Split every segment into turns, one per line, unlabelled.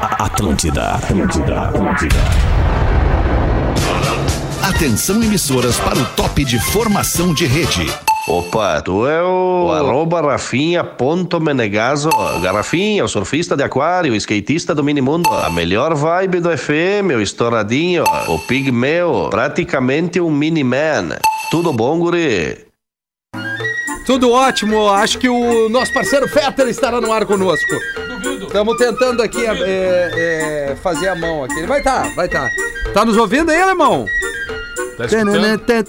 Atlântida, Atlântida, Atlântida.
Atenção emissoras para o top de formação de rede.
Opa, tu é o, arroba Rafinha ponto Menegazo. Garrafinha, o surfista de aquário, o skatista do minimundo. A melhor vibe do FM, o estouradinho, o pigmeu, praticamente um miniman. Tudo bom, guri?
Tudo ótimo, acho que o nosso parceiro Fetter estará no ar conosco. Estamos tentando aqui é, é, fazer a mão aqui. Ele vai tá, vai tá. Tá nos ouvindo aí, alemão?
Tá escutando?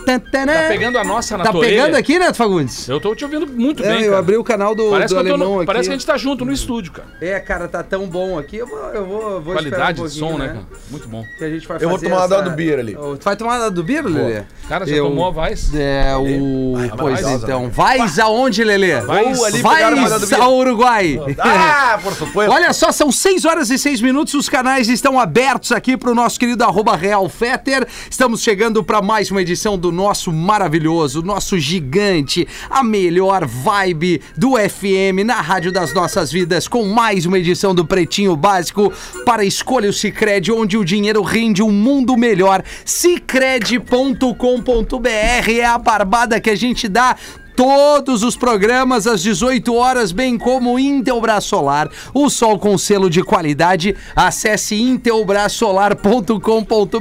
Tá pegando a nossa na
Tá
tua
pegando
orelha?
aqui, Neto Fagundes?
Eu tô te ouvindo muito
É,
bem,
eu
cara.
abri o canal do,
Parece,
do
que eu tô no-
alemão aqui.
parece que a gente tá junto no estúdio, cara.
É, cara, tá tão bom aqui. Eu vou, eu vou, eu vou esperar um
Qualidade de
pouquinho,
som, né, cara? Muito bom.
Que a gente vai
Eu vou
fazer
tomar uma
essa-
dada do beer ali.
Oh, Tu vai tomar uma dada do beer, Lelê?
Cara, já
Eu-
tomou a voz?
É, o... pois
vai,
então. Vais aonde, Lelê?
Vais-
ali
Vais
pegaram uma dada do beer.
ao Uruguai.
Ah, por supuesto.
Olha só, são 6 horas e 6 minutos, os canais estão abertos aqui para o nosso querido arroba Real Fetter. Estamos chegando para mais uma edição do nosso maravilhoso, nosso gigante, a melhor vibe do FM na Rádio das Nossas Vidas, com mais uma edição do Pretinho Básico para Escolha o Cicred, onde o dinheiro rende um mundo melhor. Cicred.com.br é a barbada que a gente dá Todos os programas às 18 horas, bem como Intelbras Solar, o sol com selo de qualidade. Acesse intelbrasolar.com.br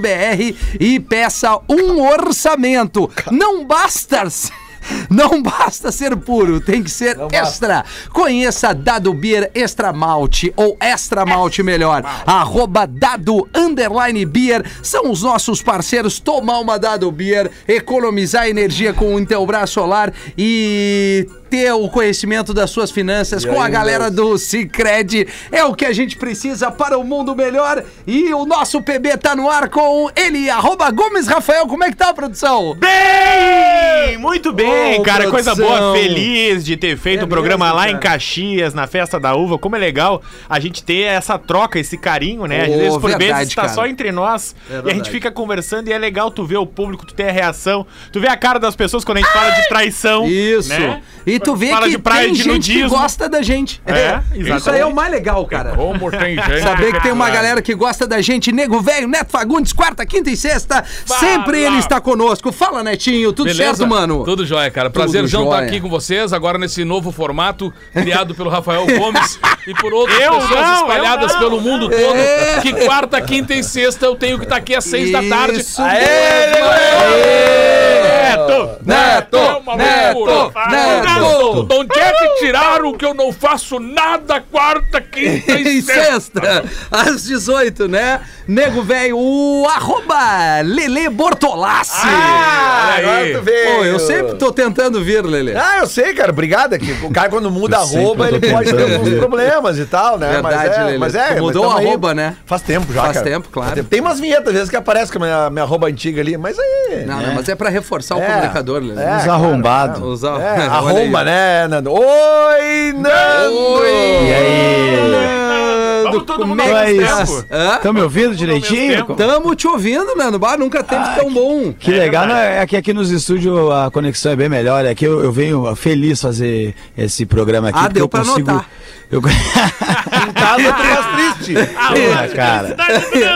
e peça um orçamento. Não basta! Não basta ser puro, tem que ser extra. Conheça Dado Beer Extra Malte ou Extra Malte melhor. Arroba Dado Underline Beer são os nossos parceiros. Tomar uma Dado Beer, economizar energia com o Intelbras Solar e ter o conhecimento das suas finanças com a galera do Cicred. É o que a gente precisa para o mundo melhor. E o nosso PB tá no ar com ele, arroba Gomes Rafael. Como é que tá a produção?
Bem! Muito bem,
Ô,
cara. Coisa
produção.
boa, feliz de ter feito
É
o programa
mesmo,
lá
cara.
em Caxias, na Festa da Uva. Como é legal a gente ter essa troca, esse carinho, né? Às
Ô,
vezes, por
verdade,
vezes, tá
cara.
só entre nós e a gente fica conversando e é legal tu ver o público, tu ter a reação, tu ver a cara das pessoas quando a gente fala de traição.
Isso.
né?
E tu vê
Fala
que
de praia
tem
de
gente que
nudismo.
gosta da gente.
É,
Isso aí é
exatamente.
o mais legal, cara.
Como tem gente.
Saber que tem uma galera que gosta da gente. Nego Velho, Neto Fagundes, quarta, quinta e sexta. Sempre ele está conosco. Fala, Netinho. Tudo
Beleza?
certo, mano?
Tudo jóia, cara. Prazer
Tudo
João estar
jóia.
aqui com vocês, agora nesse novo formato criado pelo Rafael Gomes e por outras
Eu
pessoas
não,
espalhadas
eu não.
pelo mundo todo.
É.
Que quarta, quinta e sexta eu tenho que estar aqui às seis da tarde.
Isso mesmo.
Neto!
Neto,
É uma
Neto,
loucura.
Neto.
De onde é que tiraram que eu não faço nada quarta, quinta
Em
e sexta?
sexta, às 18, né? Nego Velho, o arroba Lele Bortolassi.
Ah,
Olha aí.
agora tu veio.
Pô, eu sempre tô tentando vir, Lele.
Ah, eu sei, cara. Obrigado aqui. O cara, quando muda a arroba, ele pode ter alguns problemas e tal, né?
Verdade, Lelê.
mas
Tu
é, mas é. mas
mudou
tamo
a
aí.
arroba, né?
Faz tempo já,
Faz
cara.
tempo, claro.
Tem umas vinhetas, às vezes, que aparece com a minha, minha arroba antiga ali, mas aí...
Não,
né?
não, mas é pra reforçar o
É,
comunicador, Lele.
é,
Usar-
cara,
arrombado.
não.
usar-
É,
olha
arromba,
aí.
né, Nando? Oi, Nando!
Oi!
E aí?
Nando,
Vamos todo
como
mundo
é que
ao mesmo
estás?
tempo.
Hã?
Estão me ouvindo
mesmo
direitinho?
tempo.
Tamo te ouvindo, Nando. Bah, nunca teve tão bom.
Que legal, né? É que aqui nos estúdios a conexão é bem melhor. Aqui eu, eu venho feliz fazer esse programa aqui.
Ah,
porque
deu
eu
pra
consigo...
notar.
Eu...
Em casa tu mais triste.
Porra, cara.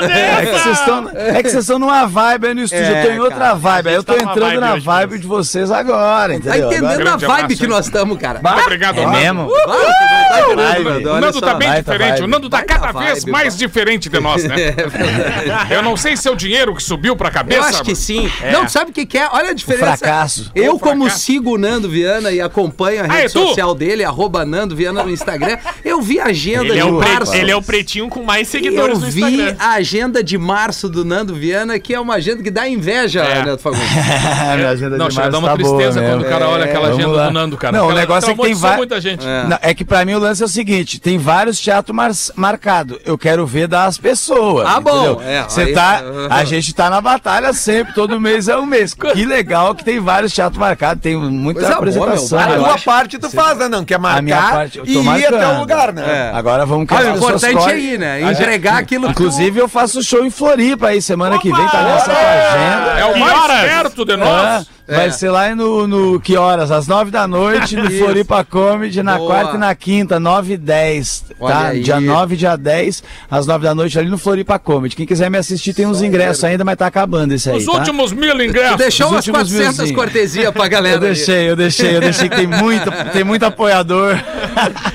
É que vocês estão é que vocês estão numa vibe aí no estúdio,
É,
eu tô em outra
cara,
vibe. Aí eu tô
tá numa
entrando
vibe
na
hoje
vibe de vocês agora, é
Tá
entendeu?
entendendo a
Grande
vibe
abraço,
que
hein?
nós estamos, cara.
Agora...
Obrigado,
É
Rafa.
mesmo?
Bah, tu não tá entendendo, Nando.
O
Olha
Nando tá
só.
bem
Baita
diferente.
vibe.
O Nando tá
Baita
cada vez
vibe,
mais
mano.
diferente de nós, né?
É verdade.
Eu não sei se é o dinheiro que subiu pra cabeça.
Eu acho que
mano.
sim. Não, sabe o que, que é? Olha a diferença.
O fracasso.
Eu,
O
como
fracasso.
sigo o Nando Viana e acompanho a rede
Ah, é tu?
social dele, arroba Nando Viana no Instagram, eu vi a agenda
Ele
de
é, o pre-
março.
ele é o pretinho com mais
eu
seguidores no
vi
Instagram.
a agenda de março do Nando Viana, que é uma agenda que dá inveja,
É.
Neto Fagundes.
É, Minha agenda
Não,
de
chega a dar
março
uma
tá boa
tristeza
mesmo.
quando o cara olha aquela
Vamos
agenda
lá.
do Nando, cara.
Não, o
Aquela-
negócio é que tem
traumatizou
vai-
muita gente.
Não, é que pra mim o lance é o seguinte: tem vários teatros mar marcados. Eu quero ver das pessoas.
Ah, bom.
entendeu?
É,
Você
aí-
tá, a gente tá na batalha sempre, todo mês é um mês. Que legal que tem vários teatros marcados, tem muita
Coisa boa,
é, apresentação.
meu,
A
Eu
tua
acho-
parte tu faz, né, não? Quer marcar
minha parte, eu tô
e ir
marcando.
até o lugar, né?
É.
Agora vamos
Ah,
as É.
o
pessoas
importante é
correm.
ir, né? Entregar aquilo que tu-
Inclusive, eu faço show em Floripa aí, semana que vem, tá nessa tua agenda.
É o
Que
mais
horas?
perto de nós.
Ah, Vai ser lá no, no- que horas? Às nove da noite, no
Isso.
Floripa Comedy, na
Boa.
quarta e na quinta, nove e dez,
Olha
tá?
aí.
Dia 9, dia 10, às nove da noite, ali no Floripa Comedy. Quem quiser me assistir, tem uns ingressos ainda, mas tá acabando esse aí,
Os
tá?
últimos mil ingressos.
Tu deixou
Os
umas
últimos
400
milzinho.
cortesia pra galera.
Eu deixei, eu deixei, eu deixei que tem muito, tem muito apoiador.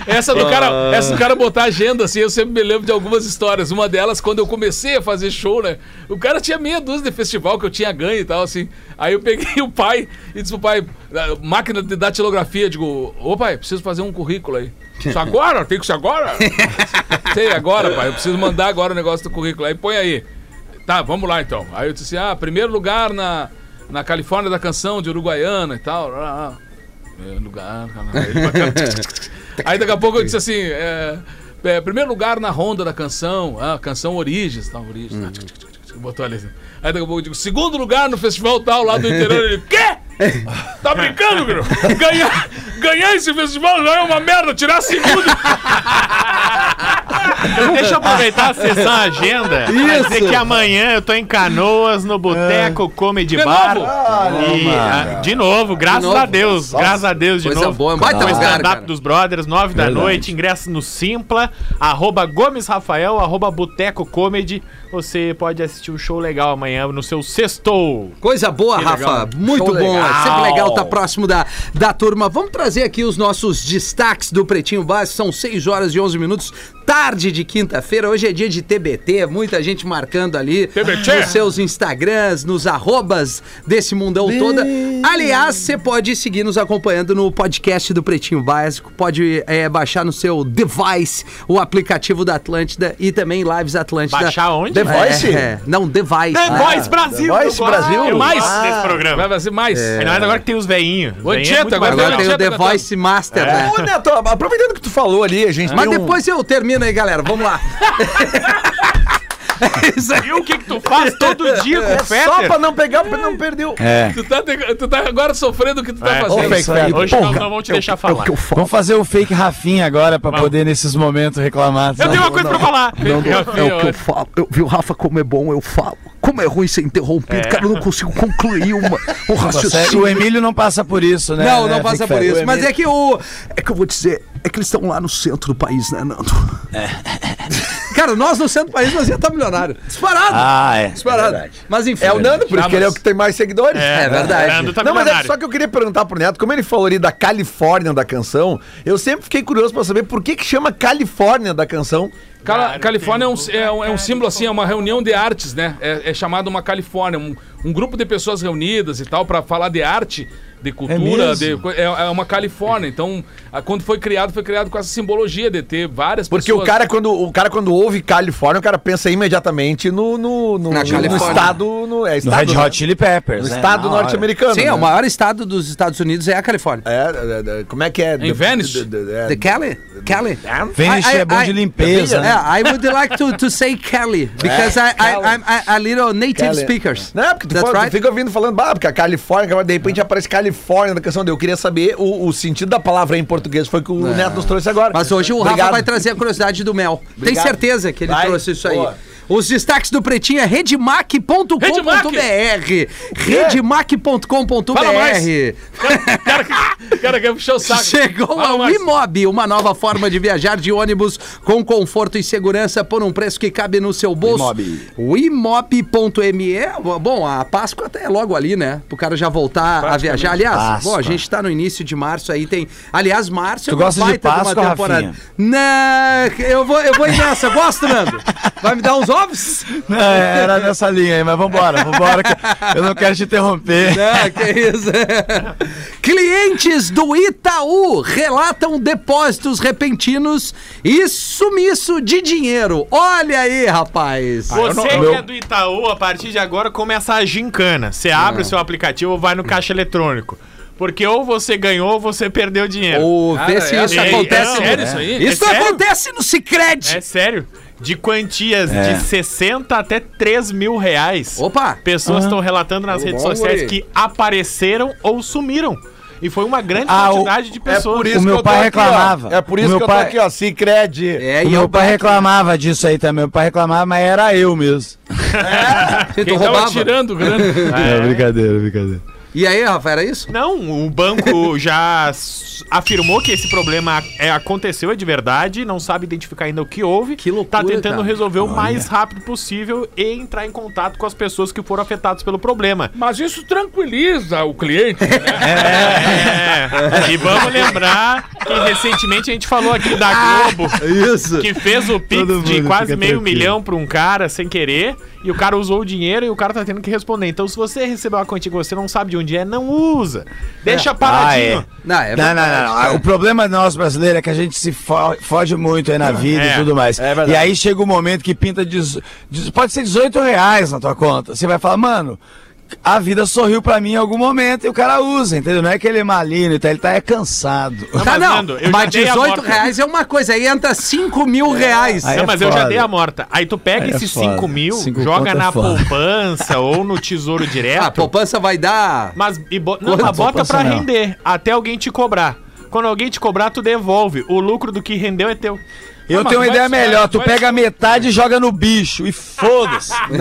Essa do cara, essa do cara botar agenda, assim, eu sempre me lembro de algumas histórias. Uma delas, quando eu comecei a fazer show, né? O cara tinha meia dúzia de festival que eu tinha ganho e tal, assim. Aí eu peguei o pai e disse pro pai, "Ah, máquina de datilografia, digo, ô pai, preciso fazer um currículo aí. Isso agora? Tem que ser agora? Sei, agora, pai. Eu preciso mandar agora o negócio do currículo. Aí põe aí. Tá, vamos lá então. Aí eu disse, ah, primeiro lugar na, na Califórnia da canção de Uruguaiana e tal. Ah, ah. Primeiro lugar. Aí ele vai- Aí daqui a pouco eu disse assim: é, é, primeiro lugar na ronda da canção, ah, canção Origens, tá? Origens.
Hum.
tá, tch, tch, tch, tch, tch, Botou ali assim. Aí daqui a pouco eu digo: segundo lugar no festival tal lá do interior. Ele, quê? Tá brincando, Gru? Ganhar, ganhar esse festival já é uma merda, tirar segundo.
Deixa eu aproveitar a sessão agenda. Isso. Dizer que amanhã eu tô em Canoas, no Boteco
É.
Comedy
De
Bar.
novo?
E, ah, de novo, graças
novo.
a Deus. Graças a Deus, de
Coisa
novo.
boa, é um baita
Com o
lugar,
stand-up
cara.
dos brothers, nove da noite, ingresso no Simpla, arroba Gomes Rafael, arroba Boteco Comedy. Você pode assistir um show legal amanhã no seu sextou.
Coisa boa, Rafa. Muito
Show
bom. É
legal.
sempre legal estar próximo da, da turma. Vamos trazer aqui os nossos destaques do Pretinho Básico. São 6 horas e 11 minutos, tarde de quinta-feira. Hoje é dia de TBT. Muita gente marcando ali
TBT.
nos seus Instagrams, nos arrobas desse mundão todo. Aliás, você pode seguir nos acompanhando no podcast do Pretinho Básico. Pode eh, baixar no seu device o aplicativo da Atlântida e também Lives Atlântida.
Baixar onde?
The Voice?
É, é. Não, device.
The
né?
Voice Brasil!
The
eu
Ah, Voice
gosto
Brasil?
demais
Ah.
desse
É.
programa.
Vai fazer mais.
Ainda mais agora que tem os veinhos.
Ô,
Veinho é
Tieto,
muito
agora
bacana.
Agora tem o
Neto
The
tá
Voice Master,
É.
né?
Ô, Neto, aproveitando que tu falou ali, a gente.
Mas
tem um-
depois eu termino aí, galera. Vamos lá. É isso aí.
E o que que tu faz todo dia com
É
o
só
Fetter?
pra não pegar, pra não perder o.
É.
Tu tá, te- tu tá agora sofrendo o que tu tá
É.
Ô,
fazendo.
Fê,
isso aí.
Hoje nós não vamos te deixar falar.
Vamos fazer o fake Rafinha agora pra poder, nesses momentos, reclamar.
Eu
sabe?
tenho uma coisa pra falar.
Rafinha,
É o que
olha.
eu falo. Eu vi o Rafa como é bom, eu falo. Como é ruim ser interrompido,
É.
cara, eu não consigo concluir uma, um
Consegue-
raciocínio.
O Emílio não passa por isso, né?
Não, não
né,
passa
Fake
por
Fetter?
isso. Mas é que o.
É que eu vou dizer, é que eles estão lá no centro do país, né, Nando?
Cara, nós no centro do país nós ia estar milionário. Disparado.
É. Ah, é.
disparado. Mas enfim.
É o Nando, por isso que ele é o que tem mais seguidores.
É verdade.
Fernando tá
não, mas é
milionário.
só que eu queria perguntar pro Neto, como ele falou ali da Califórnia da canção, eu sempre fiquei curioso pra saber por que que chama Califórnia da canção.
Cala- Califórnia é um, é, um, é um símbolo assim, é uma reunião de artes, né? É, é chamado uma Califórnia, um, um grupo de pessoas reunidas e tal para falar de arte, de cultura,
É mesmo?
de co- é, é uma Califórnia. Então, a- quando foi criado, foi criado com essa simbologia de ter várias
Porque
pessoas.
o cara quando o cara quando ouve Califórnia, o cara pensa imediatamente no no, no,
Na
no
Califórnia.
estado no é
No
estado,
Red
né?
Hot Chili Peppers.
no
né?
estado
Na hora.
norte-americano.
Sim,
né?
é o maior estado dos Estados Unidos é a Califórnia.
É, é, é, como é que é?
Em Venice?
The Kelly? Kelly?
Vênus é bom de limpeza, né?
Yeah, I would like to, to say Kelly, because I, I, I'm a, a little native
É, Kelly.
speakers.
Não, é porque tu,
That's
fala- tu
right. É.
fica ouvindo falando, bah, porque a Califórnia, agora de repente aparece Califórnia na canção dele. Eu queria saber o, o sentido da palavra em português, foi o que o Neto nos trouxe agora.
Mas hoje o Rafa
Obrigado.
vai trazer a curiosidade do mel. Tem
Obrigado.
certeza que ele
Vai.
trouxe isso aí.
Boa.
Os destaques do Pretinho é redmac.com.br.
Fala mais.
Redmac.com.br.
O cara, o cara quer puxar o saco.
Chegou
Fala,
ao
Marcos.
Imob, uma nova forma de viajar de ônibus com conforto e segurança por um preço que cabe no seu bolso.
Imob.
O imob.me, é, bom, a Páscoa até é logo ali, né? Pro cara já voltar a viajar. Aliás,
Páscoa.
bom, a gente tá no início de março aí, tem... Aliás, março é
Tu gosta de
baita
Páscoa, Rafinha?
Não, eu vou, eu vou ir nessa. Gosto, Nando? Vai me dar uns ovos?
Não, é, era nessa linha aí, mas vambora, vambora. que Eu não quero te interromper.
é
Ah, que isso. Clientes do Itaú relatam depósitos repentinos e sumiço de dinheiro. Olha aí, rapaz.
Você
não-
que
meu-
é do Itaú, a partir de agora começa a gincana. Você abre o
É.
seu aplicativo ou vai no caixa eletrônico. Porque ou você ganhou ou você perdeu dinheiro.
Ô, vê
Cara,
se
é-
isso
é-
acontece.
é
no-
sério isso aí?
Isso
É sério?
acontece no Cicred.
É sério? De quantias
É.
de 60 até 3 mil reais.
Opa!
Pessoas estão relatando nas redes sociais
guri.
que apareceram ou sumiram. E foi uma grande
Ah, o-
quantidade de
É
pessoas.
por isso
O meu
que eu tô
pai
aqui, ó.
reclamava.
É por
O
isso
meu
que eu
pai-
tô aqui, ó. Cicred.
É,
o
e
meu
eu
pai reclamava disso aí também. Meu pai reclamava, mas era eu mesmo.
tu
É.
Quem tava
Então roubava.
tirando grana.
É, brincadeira, brincadeira.
E aí, Rafa, era isso?
Não, o banco já s- afirmou que esse problema é, aconteceu, é de verdade, não sabe identificar ainda o que houve.
Que
Tá
loucura,
tentando
cara.
resolver o mais rápido possível e entrar em contato com as pessoas que foram afetadas pelo problema.
Mas isso tranquiliza o cliente. né?
É, e vamos lembrar que recentemente a gente falou aqui da Globo.
é
Isso.
Que fez o Pix de quase meio milhão pra um cara sem querer. E o cara usou o dinheiro e o cara tá tendo que responder. Então, se você recebeu uma quantia que você não sabe de onde é, não usa.
É. Ah,
Deixa paradinho.
Não, é
Não, não,
verdade,
não, não.
cara.
O problema nosso brasileiro é que a gente se fo- foge muito aí na vida
É,
e tudo mais.
é verdade.
e aí chega um momento que pinta. Dezo... dezo- Pode ser 18 reais na tua conta. Você vai falar, mano. A vida sorriu pra mim em algum momento e o cara usa, entendeu? Não é que ele é maligno e tal, ele tá é cansado.
Tá,
mas,
não.
Nando, eu
Mas
já dei a
18
volta.
reais é uma coisa, aí entra 5 mil reais.
Aí
não,
é
mas eu já
foda.
dei a morta. Aí tu pega
Aí é
esses
foda.
5 mil,
Cinco
joga
conto é
na
foda.
poupança ou no tesouro direto.
Ah, a poupança vai dar.
Mas, e bo- não,
Porra,
mas bota
poupança
pra
não.
render, até alguém te cobrar. Quando alguém te cobrar, tu devolve. O lucro do que rendeu é teu.
Eu
mas
tenho uma
vai
ideia
estudar,
melhor, tu
vai
pega metade e joga no bicho e foda-se.
KTO,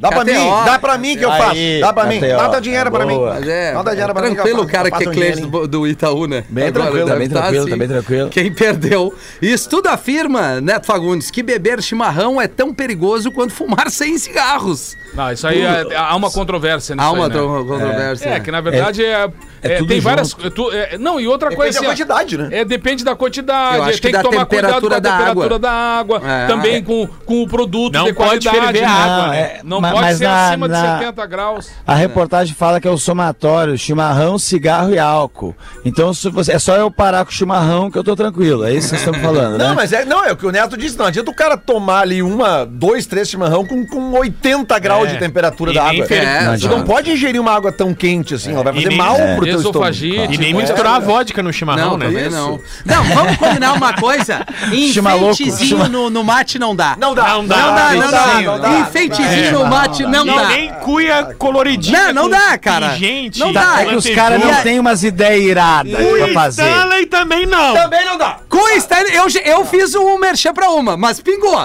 dá
KTO.
pra mim, dá pra mim que eu faço.
Aí,
Dá pra mim,
KTO,
dá teu dinheiro pra mim.
boa.
Mas é,
Dá teu dinheiro pra mim. que eu
tranquilo o
faço,
cara
eu
que é
faço um
cliente
dinheiro,
do, do Itaú, né?
Bem tranquilo, tá
deve
bem
estar
tranquilo, tá bem tranquilo.
Quem perdeu. Estudo afirma, Neto Fagundes, que beber chimarrão é tão perigoso quanto fumar sem cigarros.
Não, isso aí é- há uma controvérsia nisso
Há uma
aí, né?
tro- controvérsia.
É, que na verdade é. é-
tudo
tem várias.
junto.
é tu- é- não, e outra
Depende
coisa.
da
assim, ó,
quantidade, né?
É, depende da quantidade.
Eu acho que
tem que,
da
tomar cuidado com
temperatura
a
da
temperatura
água.
da água.
É.
também com, com o produto
Não
de
pode
qualidade.
ferver
né?
água,
Não,
é.
Não
Mas-
pode
mas
ser
na-
acima
na-
de 70 graus.
A reportagem fala que é o somatório, chimarrão, cigarro e álcool. Então se você, é só eu parar com o chimarrão que eu tô tranquilo. É isso que vocês estão falando, né?
Não, mas é, não, é o que o Neto disse, não adianta o cara tomar ali uma, dois, três chimarrão com, com 80 graus de temperatura
E
da
nem
água.
fer-
É,
Tu não pode ingerir uma água tão quente assim, ela vai
E
fazer
nem-
mal
é.
pro teu
Esofagite.
Ah,
estômago. Tá.
E nem
Tipo,
misturar a vodka no chimarrão,
Não,
né?
também não. Não, vamos combinar uma coisa?
Chama louco.
É Enfeitezinho no, no mate não dá.
Não dá,
Não dá,
não,
não dá, não dá.
Enfeitezinho
É,
no mate não,
E
dá.
nem cuia coloridinha.
Não, não
com
dá, cara.
Gente,
Não dá,
É que os caras não têm umas ideias iradas pra fazer.
Stanley também não.
Também não dá.
Com Stanley, eu, eu fiz um merchan pra uma, mas pingou.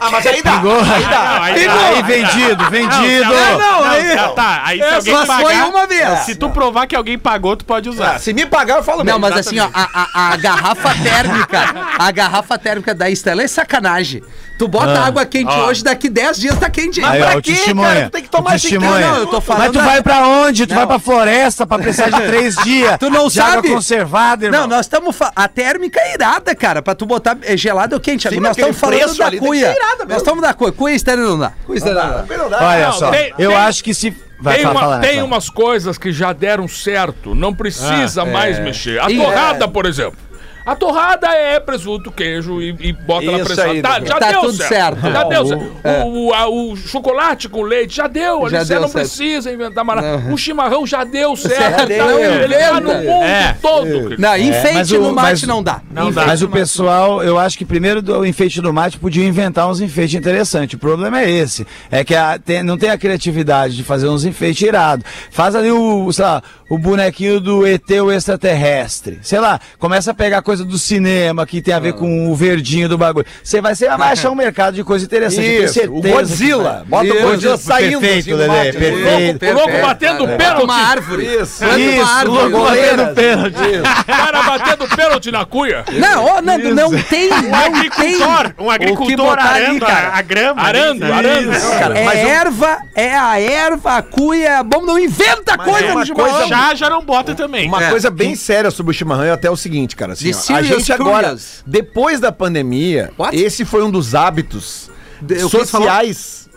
Ah, mas aí dá.
Pegou.
Aí dá, Ah, aí
Pegou.
dá,
Aí,
aí dá.
vendido, vendido.
Não,
não, aí-
tá, tá. Aí se
É,
alguém
mas
pagar,
foi uma vez.
Se tu provar que alguém pagou, tu pode usar.
Ah, se me pagar, eu falo
Não,
mesmo.
mas assim, ó, a, a- a garrafa térmica, a garrafa térmica da Estela é sacanagem. Tu bota água quente
Ó.
hoje, daqui 10 dias tá quente ainda.
Aí,
pra
ó, o
quê,
testemunha.
cara? Tu tem que tomar
o
esse
testemunha.
cara. Não, eu tô falando
Mas tu
da-
vai pra onde? Tu
Não.
vai pra floresta pra precisar de três dias.
Tu não
de
sabe?
água conservada, irmão.
Não, nós estamos. fa- A térmica é irada, cara. Pra tu botar é gelado ou quente.
Sim,
nós
aquele
estamos falando
preço
da
ali tem que
cuia.
ser irada mesmo.
Nós estamos da cuia. Cuia Stanley não dá. Cuia Stanley não dá.
Não dá.
Olha
Não,
só,
tem-
eu
tem-
acho que se... Vai,
tem
fala,
uma-
fala, né,
tem
fala.
umas coisas que já deram certo, não precisa mais mexer. A
E-
torrada, por exemplo. A torrada é presunto, queijo e, e bota na
Isso
pressão.
aí,
tá,
Dudu.
já
Tá
deu
tudo
certo.
certo.
Já
Não,
deu
o-
certo. O, a- o chocolate com leite já deu.
Já
ali, você
deu
não
certo.
precisa inventar maravilha. O chimarrão já deu certo.
Certo,
tá?
não
ele tá
inventa.
no mundo
É.
todo. querido.
Não, enfeite
É, mas o-
no mate
mas-
não dá.
Não dá.
Mas o pessoal, eu acho que primeiro do enfeite do mate podia inventar uns enfeites interessantes. O problema é esse. É que a- tem- não tem a criatividade de fazer uns enfeites irados. Faz ali o, sei lá, o bonequinho do ET o extraterrestre. Sei lá, começa a pegar coisa do cinema que tem a ver com o verdinho do bagulho. Você vai, você vai achar um mercado de coisa interessante. eu tenho
Isso, o
certeza que
Godzilla.
vai.
Bota o
Isso,
Godzilla saindo, assim,
Perfeito,
do
Lelê.
mate.
Perfeito.
Perfeito,
O louco batendo
cara.
pênalti.
Planta uma árvore.
Isso.
Planta uma
Isso,
árvore.
logo batendo pênalti.
O cara batendo pênalti na cuia.
Não, ô, Nando, não tem.
Um
Não tem.
agricultor, um
o que
agricultor
botar ali,
arando
cara.
a, a grama.
Arando,
ali,
arando.
isso.
Cara,
É
mas eu-
erva, é a erva, a cuia, bom, não inventa
é
coisa
uma
no chimarrão.
coisa
Já, já não bota também.
Uma
É.
coisa bem séria sobre o chimarrão é até o seguinte, cara. Assim,
The
ó, a
serious
gente agora,
curious.
depois da pandemia,
What?
esse foi um dos hábitos
De- o que você falou?
sociais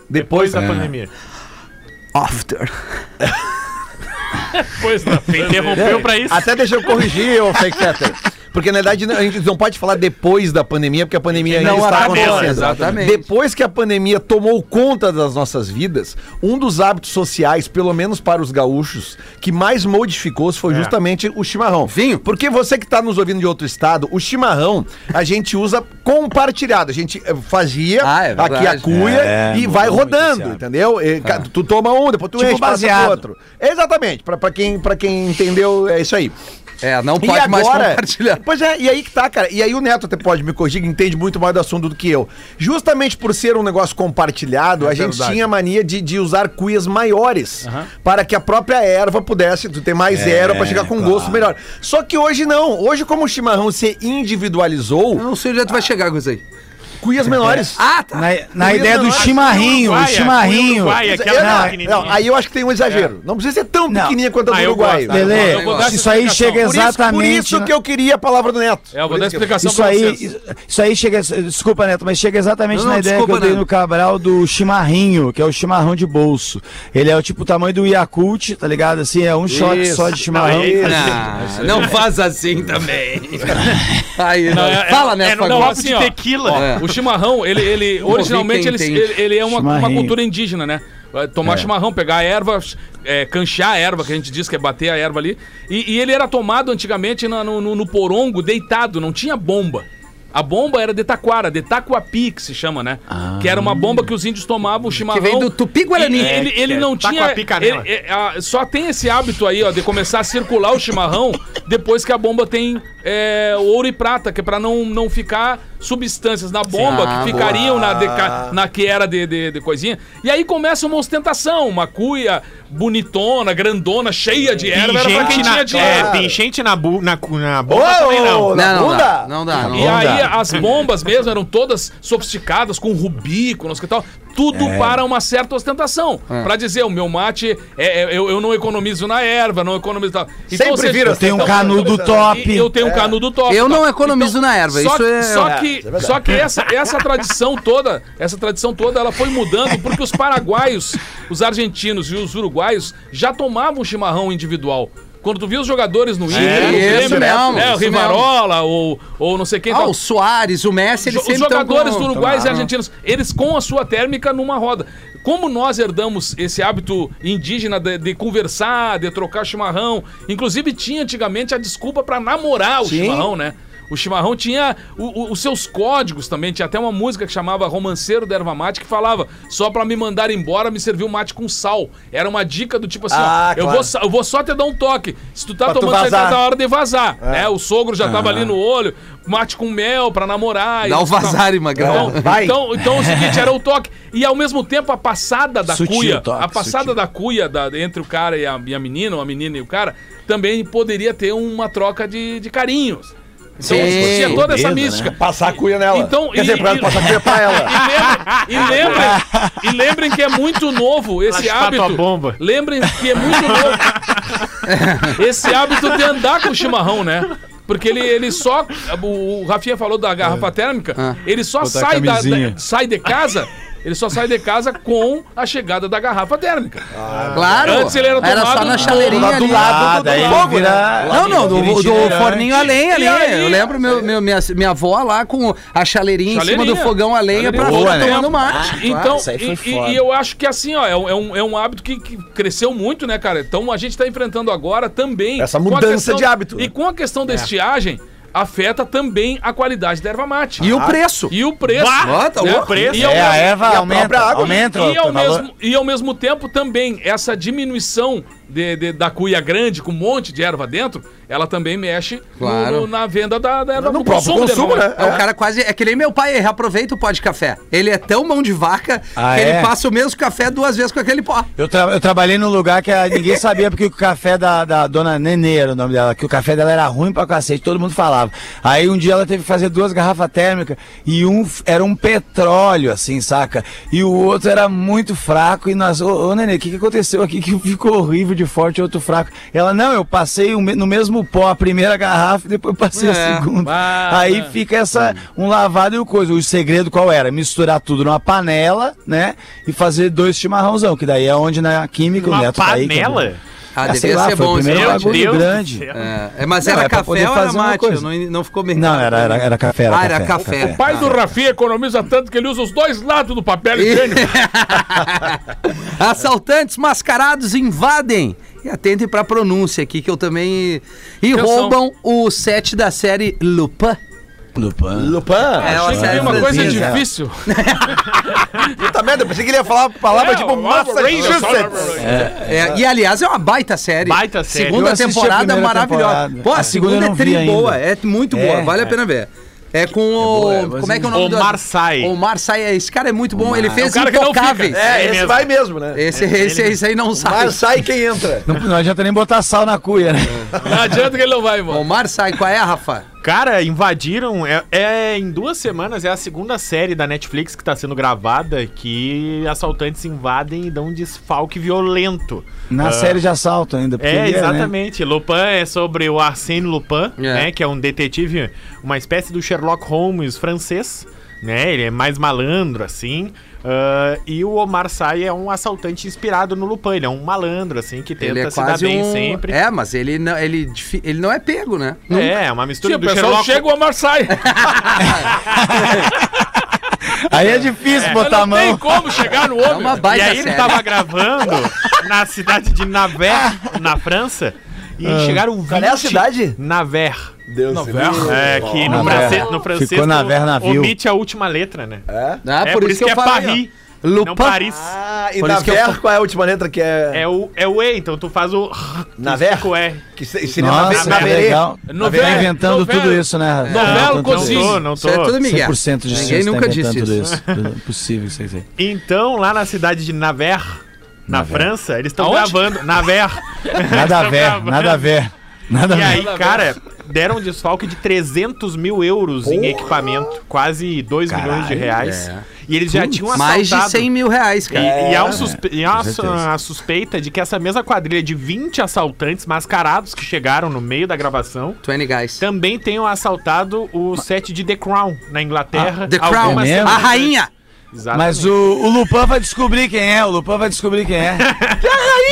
Depois
depois, da
né?
da
pandemia.
pandemia.
After.
Pois não.
Me interrompeu
é
pra isso.
Até deixa eu corrigir, ô fake Fetter. Porque, na verdade, a gente não pode falar depois da pandemia, porque a pandemia ainda
Não
está
acabou,
acontecendo.
exatamente.
Depois que a pandemia tomou conta das nossas vidas, um dos hábitos sociais, pelo menos para os gaúchos, que mais modificou-se foi justamente o chimarrão.
É. Vinho.
Porque você que está nos ouvindo de outro estado, o chimarrão a gente usa compartilhado. A gente eh, fazia
Ah, é
aqui a
verdade. Ah.
cuia
É,
e
mudou
vai
muito esse
rodando,
hábito.
entendeu? E, ca- Tu toma um, depois tu
Tipo
enche, passa pro
baseado.
outro. Exatamente, pra, pra, quem, pra quem entendeu, é isso aí.
É, não
E
pode mais
agora-
compartilhar.
Pois é, e aí que tá, cara. E aí o Neto até pode me corrigir, que entende muito mais do assunto do que eu. Justamente por ser um negócio compartilhado, a gente tinha a mania de, de usar cuias maiores para que a própria erva pudesse tu ter mais erva para chegar com um gosto melhor. Só que hoje não. Hoje, como o chimarrão se individualizou,
Eu não sei onde é
Ah.
que tu vai chegar com isso aí.
cuias menores.
Ah, tá.
Na, na
Cuias
ideia do
menores,
chimarrinho, o
Uruguaia,
chimarrinho.
Uruguaia,
Mas
aquela
eu- não,
pequenininha.
não, aí eu acho que tem um exagero. Não precisa ser tão
Não.
pequenininha quanto a do
Ah, eu
Uruguai.
gosto.
Não,
Lele,
eu vou dar essa
isso aí
explicação.
chega
Por isso,
tá. exatamente.
por isso
na-
que eu queria a palavra do Neto.
É, eu vou
Por
dar
isso que eu-
explicação
Isso
pra
aí,
vocês.
isso- isso aí chega. Desculpa, Neto, mas chega exatamente
Não, não,
na ideia
desculpa,
que eu dei
Neto.
no Cabral do chimarrinho, que é o chimarrão de bolso. Ele é o tipo o tamanho do Yakult, tá ligado? Assim, é um shot só de chimarrão.
Não, é-
Não, Ah, não faz assim também. Aí,
Não,
não.
é- é-
Fala, né,
é,
Fagundes?
não, não,
Copo de
Assim, ó.
tequila.
É.
O chimarrão, ele, ele
Vamos
originalmente
ver
ele,
quem
ele,
entende.
ele é uma, uma
Chimarrinho.
cultura indígena, né? Eh, Tomar
É.
chimarrão, pegar a erva, eh, canchar a erva, que a gente diz que é bater a erva ali. E, e ele era tomado antigamente na- no, no- no porongo, deitado, não tinha bomba. A bomba era de taquara, de taquapi, que se chama, né? Que era uma bomba que os índios tomavam o chimarrão.
vem do tupi-guarani.
E Ele, ele não tinha.
É, Taquapi, canela.
ele- é, a- só tem esse hábito aí, ó, de começar a circular o chimarrão depois que a bomba tem é, ouro e prata, que é pra não, não ficar substâncias na bomba
Ah,
que ficariam na, deca, na que era de, de- de coisinha. E aí começa uma ostentação, uma cuia bonitona, grandona, cheia de
Tem
erva, era pra quem
gente
tinha
na,
dinheiro.
é, tem gente na, bu, na, cu- na
Ô,
boca também não.
na
Não, não
bunda?
dá. Não dá.
E
Não.
aí as bombas mesmo eram todas sofisticadas, com rubi, com não sei o que tal. Tudo
É.
para uma certa ostentação. Pra dizer, o meu mate, é, é, eu, eu não economizo na erva, não economizo tal.
Sempre
ou seja,
vira,
Eu tenho um
Então,
canudo top.
e- Eu tenho um canudo top.
Eu
tal. Então,
não economizo na erva,
Só,
isso é-
só
é,
que,
isso é verdade.
só que essa, essa tradição toda, essa tradição toda, ela foi mudando porque os paraguaios, os argentinos e os uruguaios já tomavam chimarrão individual. Quando tu via os jogadores no Inter, no
isso
Grêmio,
mesmo,
é, o
isso
Rivarola ou, ou não sei quem.
Ah,
tal.
o Soares, o Messi, eles
então? Jo- os
sempre tão
jogadores é
com-
do Uruguai e
Ah.
tomaram.
argentinos, eles com a sua térmica numa roda. Como nós herdamos esse hábito indígena de, de conversar, de trocar chimarrão, inclusive tinha antigamente a desculpa pra namorar o chimarrão, né? O chimarrão tinha o- o- os seus códigos também, tinha até uma música que chamava Romanceiro da Erva Mate que falava: só pra me mandar embora me serviu mate com sal. Era uma dica do tipo assim:
Ah,
ó, eu,
claro.
vou, sa- eu vou só te dar um toque. Se tu tá
Pra tu
tomando cerveja,
vazar.
tá na hora de vazar. Né? O sogro já tava ali no olho, mate com mel pra namorar. e
Dá o
tal.
vazar, Magrão.
Então, então, então é o seguinte, era o toque. E ao mesmo tempo a passada da
Sutil
cuia,
toque,
a passada
sutil.
da cuia da- entre o cara e a, e a menina, ou a menina e o cara, também poderia ter uma troca de, de carinhos. Então
Sim.
tinha toda essa mística.
Passar a cuia nela.
Então,
Quer
e-
dizer, pra
e-
passar a cuia pra ela.
E lembrem, e lembrem, e lembrem que é muito novo esse
Ela chupa
hábito.
tua bomba.
Lembrem que é muito novo esse hábito de andar com chimarrão, né? Porque ele, ele só. O, o Rafinha falou da
É.
garrafa térmica.
Ah.
Ele só
Botar a
sai, da,
camisinha.
da- sai de casa. Ele só sai de casa com a chegada da garrafa térmica.
Claro.
Antes ele era
só
tomado
na
do-
chaleirinha ali.
lado do, fogo,
Não, não, do, do forninho a lenha ali.
né? E aí?
eu lembro meu, meu- minha, minha avó lá com a chaleirinha, em
Chaleirinha.
cima do fogão a lenha pra
Chaleirinha.
ficar
Boa, né?
tomando mate.
Então,
isso aí foi
e- e,
foda.
e eu acho que assim, ó, é um, é um, é um hábito que, que cresceu muito, né, cara? Então a gente tá enfrentando agora também.
Essa
com a
mudança
questão-
de hábito. É.
E com a questão da estiagem, afeta também a qualidade da erva mate.
E o preço.
E o preço.
Ó, tá
né?
louco.
preço. E ao
É, tá a
mesmo-
erva aumenta,
própria água,
aumenta
e ao,
o valor.
mesmo, e ao mesmo tempo também, essa diminuição de, de- da cuia grande com um monte de erva dentro, ela também mexe no-
Claro.
no- na venda da, da erva.
No próprio
da
consumo,
erva
né?
mate.
É, o cara quase. É que nem meu pai, ele reaproveita o pó de café. Ele é tão mão de vaca
Ah,
que
é?
ele passa o mesmo café duas vezes com aquele pó.
Eu, tra- eu trabalhei num lugar que a- ninguém sabia porque o café da, da dona Nenê era o nome dela, que o café dela era ruim pra cacete, todo mundo falava. Aí um dia ela teve que fazer duas garrafas térmicas e um f- era um petróleo, assim, saca? E o outro era muito fraco e nós, ô, ô Nenê, o que, que aconteceu aqui que ficou horrível de forte e outro fraco? Ela, não, eu passei o me- no mesmo pó a primeira garrafa e depois passei
É.
a segunda.
Ah,
Aí
né?
fica essa um lavado e o coisa. O segredo qual era? Misturar tudo numa panela, né? E fazer dois chimarrãozão, que daí é onde na química o
Uma
Neto tá aí, que-
panela?
Ah,
Ah, sei
devia
lá,
ser
foi o
bom isso.
primeiro
Meu
bagulho
Deus do
grande.
céu.
É, é, mas
Não,
era
é pra
café
poder
ou era
fazer uma
mate?
coisa.
Eu Não, não ficou bem.
Não, era, era, era café, era
Ah, era
café.
café.
O pai do Rafinha economiza tanto que ele usa os dois lados do papel higiênico.
Assaltantes mascarados invadem. E atentem pra pronúncia aqui, que eu também. E
Atenção.
roubam o set da série Lupin.
Lupin.
um Lupin.
É, ó,
Tem
sério,
uma coisa
franzinha, né?
difícil.
Puta merda, eu pensei que ele ia falar uma palavra
É,
tipo
o
Massachusetts.
Rangers.
É, e aliás, é uma baita série.
Baita série.
Segunda
Eu assisti a
temporada
primeira
maravilhosa.
temporada.
Pô, a,
A segunda
segunda,
eu não
é
vi
tri
ainda.
boa, é muito
É,
boa, vale a
é.
pena ver. É com o.
boa, é boa,
como é que é o
sim.
nome do.
Omar Sy.
Omar Sai. Esse cara é muito bom. Ele fez
cara que não fica.
Intocáveis.
É, esse
mesmo.
vai mesmo, né?
Esse,
É,
esse,
ele-
esse aí não sabe.
Mas sai quem entra.
Não, não adianta nem botar sal na cuia, né?
Não adianta que ele não vai, mano.
Omar Sai, qual é, Rafa?
Cara, invadiram. É, é- em duas semanas é a segunda série da Netflix que tá sendo gravada que assaltantes invadem e dão um desfalque violento.
Na série de assalto ainda. porque
Ah. É,
ele né?
exatamente. Lupin é sobre o Arsène Lupin,
É.
né? Que é um detetive, uma espécie do Sherlock Holmes francês, né? Ele é mais malandro, assim. Ah, e o Omar Sy é um assaltante inspirado no Lupin. Ele é um malandro, assim, que tenta
Ele é
se dar
quase
bem
um.
sempre. É,
É, mas ele não, ele, difi- ele não é pego, né?
é uma mistura
Tipo, o
do
pessoal
Sherlock
chega o Omar sai.
Aí é difícil botar a
não tem
mão.
como chegar no homem.
É uma baita
e aí
série.
ele tava gravando na cidade de Naver, na França, e chegaram 20...
Qual é a cidade?
Naver.
Deus
É, que no,
Naver.
francês, no francês
Ficou
tu
Naver, navio.
omite a última letra, né?
Ah,
É, por, isso que, é
falei,
Paris,
ó.
não
Lupin.
Paris.
Ah, e
Por isso que eu
Naver,
fa-
qual é a última letra que é...
É o, é o E, então tu faz o...
Naver?
Que é.
Que se- seria Naver-
Nossa, que
Naverê.
É legal.
Novela,
tá inventando
novela.
tudo isso, né?
Novela
Tá inventando
Não
Cozine.
tudo isso.
tô, não
Isso é tudo
tô.
É. Miguel.
100% de
Ninguém
chance tá
nunca disse
inventando
isso.
tudo isso. Impossível que você
Então, lá na cidade de Naver, na França, eles estão
Aonde?
gravando. Naver.
Nada a
Estão
ver,
gravando.
nada a ver. Nada a
E
ver.
aí, cara, deram um desfalque de 300 mil euros em equipamento, quase 2 milhões de reais.
é.
E eles já tinham assaltado.
Mais de É. 100 mil reais,
E,
cara.
e há, um suspe- e há
com
a su-
certeza.
a suspeita de que essa mesma quadrilha de 20 assaltantes mascarados que chegaram no meio da gravação
20 guys.
também tenham assaltado o set de The Crown na Inglaterra.
Ah, The Crown,
algumas
é
semanas
a
antes.
rainha.
Exatamente.
Mas o, o Lupan vai descobrir quem é, o Lupan vai descobrir quem é.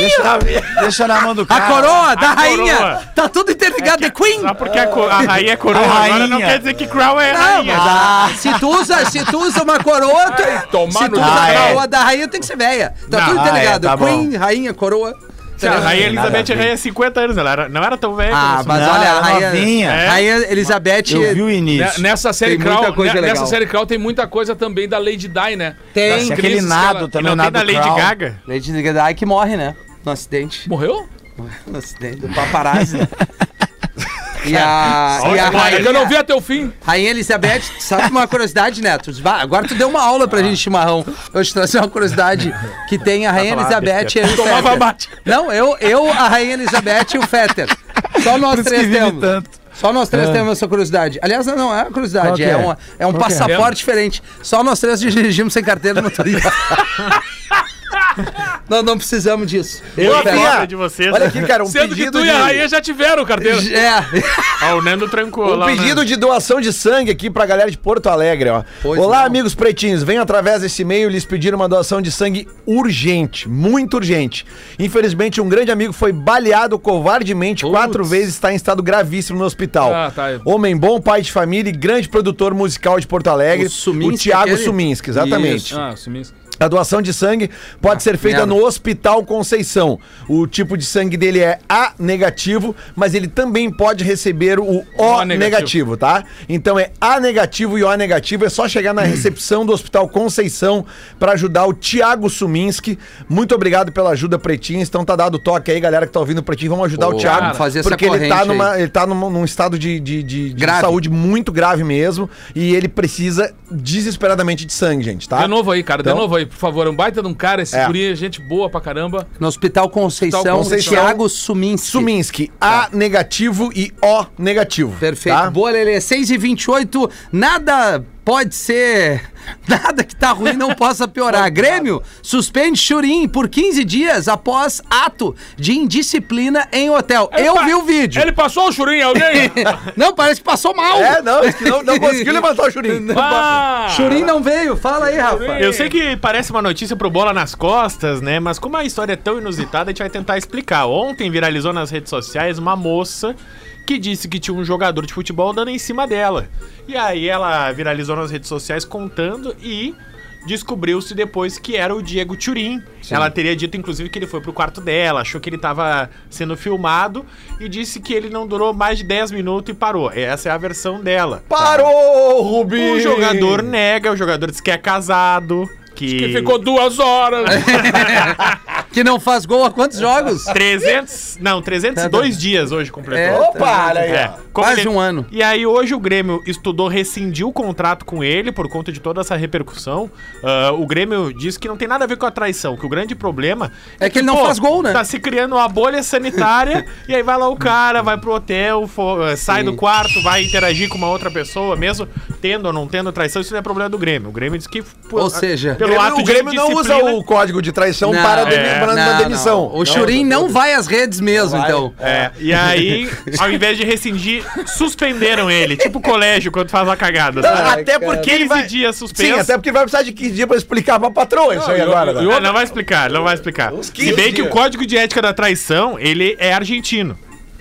deixa, na, deixa na mão do
A
cara.
coroa da
Ah, a
rainha.
coroa. É
Tá tudo interligado, The Queen.
Só porque a, co- a rainha é coroa
A
agora não
rainha.
quer dizer que Crown é
Não,
rainha.
mas a- se, tu usa, se tu usa uma coroa, tu,
Ah. tomar
se
no
tu usa
cu.
Ah,
a
é.
coroa da rainha, tem que ser velha. Tá
Não,
tudo
ah, é,
interligado.
tá bom.
Queen, rainha, coroa.
Sim, a rainha
Nada a
Elizabeth
ver.
é rainha 50 anos, ela era- não era tão velha.
Ah,
como
mas
Não,
olha, a
ela
rainha,
novinha.
É?
a rainha Elizabeth...
Eu vi o
Né,
início.
Nessa série
Tem muita
Crown,
coisa
né,
legal.
nessa série Crown tem muita coisa também da Lady Di, né?
Tem.
Tem
Nas
aquele
crises que
nado
ela-
E
também,
não
o
tem
nado
da Lady
Crown.
Gaga?
Lady Gaga que morre, né? No acidente.
Morreu?
No acidente do paparazzi, né? E a, e a
Olha, É
rainha,
que eu não vi até o fim.
Tá
rainha Elizabeth, sabe uma curiosidade, Neto? Va- Agora tu deu uma aula
Ah.
pra gente, Chimarrão. Eu te trouxe uma curiosidade que tem a Rainha
falar
Elizabeth e o
Tomava
Fetter.
mate.
Não, eu, eu, a Rainha Elizabeth e o Fetter. Só nós
Por isso que
três
vive
temos.
tanto.
Só nós
Ah.
três temos essa curiosidade. Aliás, não, não é uma
Qual
curiosidade,
que
é,
é?
uma- é um
Qual que é?
passaporte diferente. Só nós três dirigimos sem carteira no motorista. Nós não precisamos disso.
Eu
Fetter.
é
gosto de vocês.
Olha aqui, cara, um
Sendo que
pedido
tu e a rainha
de...
já tiveram carteira.
É.
Ó, o Nando trancou
Um
lá. o
pedido
Nando.
de doação de sangue aqui pra galera de Porto Alegre, ó.
Pois
Olá,
não.
amigos pretinhos. Venho através desse e-mail lhes pedir uma doação de sangue urgente, muito urgente. Infelizmente, um grande amigo foi baleado covardemente quatro vezes e está em estado gravíssimo no hospital.
Ah, tá.
Homem bom, pai de família e grande produtor musical de Porto Alegre,
O Suminski,
Tiago
aquele?
Suminski, exatamente.
Ah, sumi isso.
A doação de sangue pode ser feita
Ah, merda.
no Hospital Conceição. O tipo de sangue dele é A negativo, mas ele também pode receber o O,
O
negativo.
negativo.
tá? Então é A negativo e O negativo. É só chegar na recepção do Hospital Conceição para ajudar o Tiago Suminski. Muito obrigado pela ajuda, Pretinho. Então tá dado o toque aí, galera que tá ouvindo o Pretinho. Vamos ajudar o
Boa.
Tiago.
Vamos fazer essa
Porque ele tá,
corrente aí.
numa, ele tá num, num estado de, de- de- de
Grave.
saúde muito grave mesmo. E ele precisa desesperadamente de sangue, gente, tá?
De novo aí, cara,
Então-
de novo aí, por favor. Um baita de um cara, esse
É.
guri é gente boa pra caramba.
No Hospital Conceição,
Hospital
Conceição.
Thiago Suminski.
Suminski, A negativo e O negativo.
Tá. Perfeito.
tá?
Boa, Lelê. 6 e 28 nada pode ser... Nada que tá ruim não possa piorar. Grêmio suspende Churim por 15 dias após ato de indisciplina em hotel.
Ele
Eu
pa-
vi o vídeo.
É. Ele passou o churinho, em alguém?
Não, parece que passou mal.
É, não, esse que não, não conseguiu levantar o Churinho.
Ah!
Churim não veio. Fala aí, Rafa.
Eu sei que parece uma notícia pro Bola nas costas, né? Mas como a história é tão inusitada, a gente vai tentar explicar. Ontem viralizou nas redes sociais uma moça que disse que tinha um jogador de futebol dando em cima dela. E aí ela viralizou nas redes sociais contando e descobriu-se depois que era o Diego Turin. Ela teria dito, inclusive, que ele foi pro quarto dela, achou que ele tava sendo filmado e disse que ele não durou mais de 10 minutos e parou. Essa é a versão dela.
Parou, Rubi!
O Um jogador nega, o jogador diz que é casado, que,
Que ficou duas horas.
É.
Que não faz gol há quantos jogos?
300, não, 302 dias hoje completou.
tá.
Ô, para aí,
É,
ó.
como
Quase um ano.
E aí hoje o Grêmio estudou rescindiu o contrato com ele por conta de toda essa repercussão. Ah, o Grêmio diz que não tem nada a ver com a traição, que o grande problema
É que ele não faz gol, né?
Tá se criando uma bolha sanitária e aí vai lá o cara, vai pro hotel, fo- ah, sai do quarto, vai interagir com uma outra pessoa, mesmo tendo ou não tendo traição, isso não é problema do Grêmio. O Grêmio diz que pô,
Ou seja,
pelo
Grêmio-
ato
o Grêmio não usa
indisciplina-
o código de traição
Não,
para
é,
demi- para uma
não,
demissão.
não. O Churin não vai às redes mesmo, então.
É, e aí, ao invés de rescindir, suspenderam ele, tipo colégio, quando faz uma cagada. sabe?
até porque ele
15
vai...
dias
Sim,
suspenso.
até porque ele vai precisar de 15 dias pra explicar pra patroa isso aí agora. né?
Ah, não vai explicar, não vai explicar. Se
15
bem que o
dias.
código de ética da traição, ele é argentino,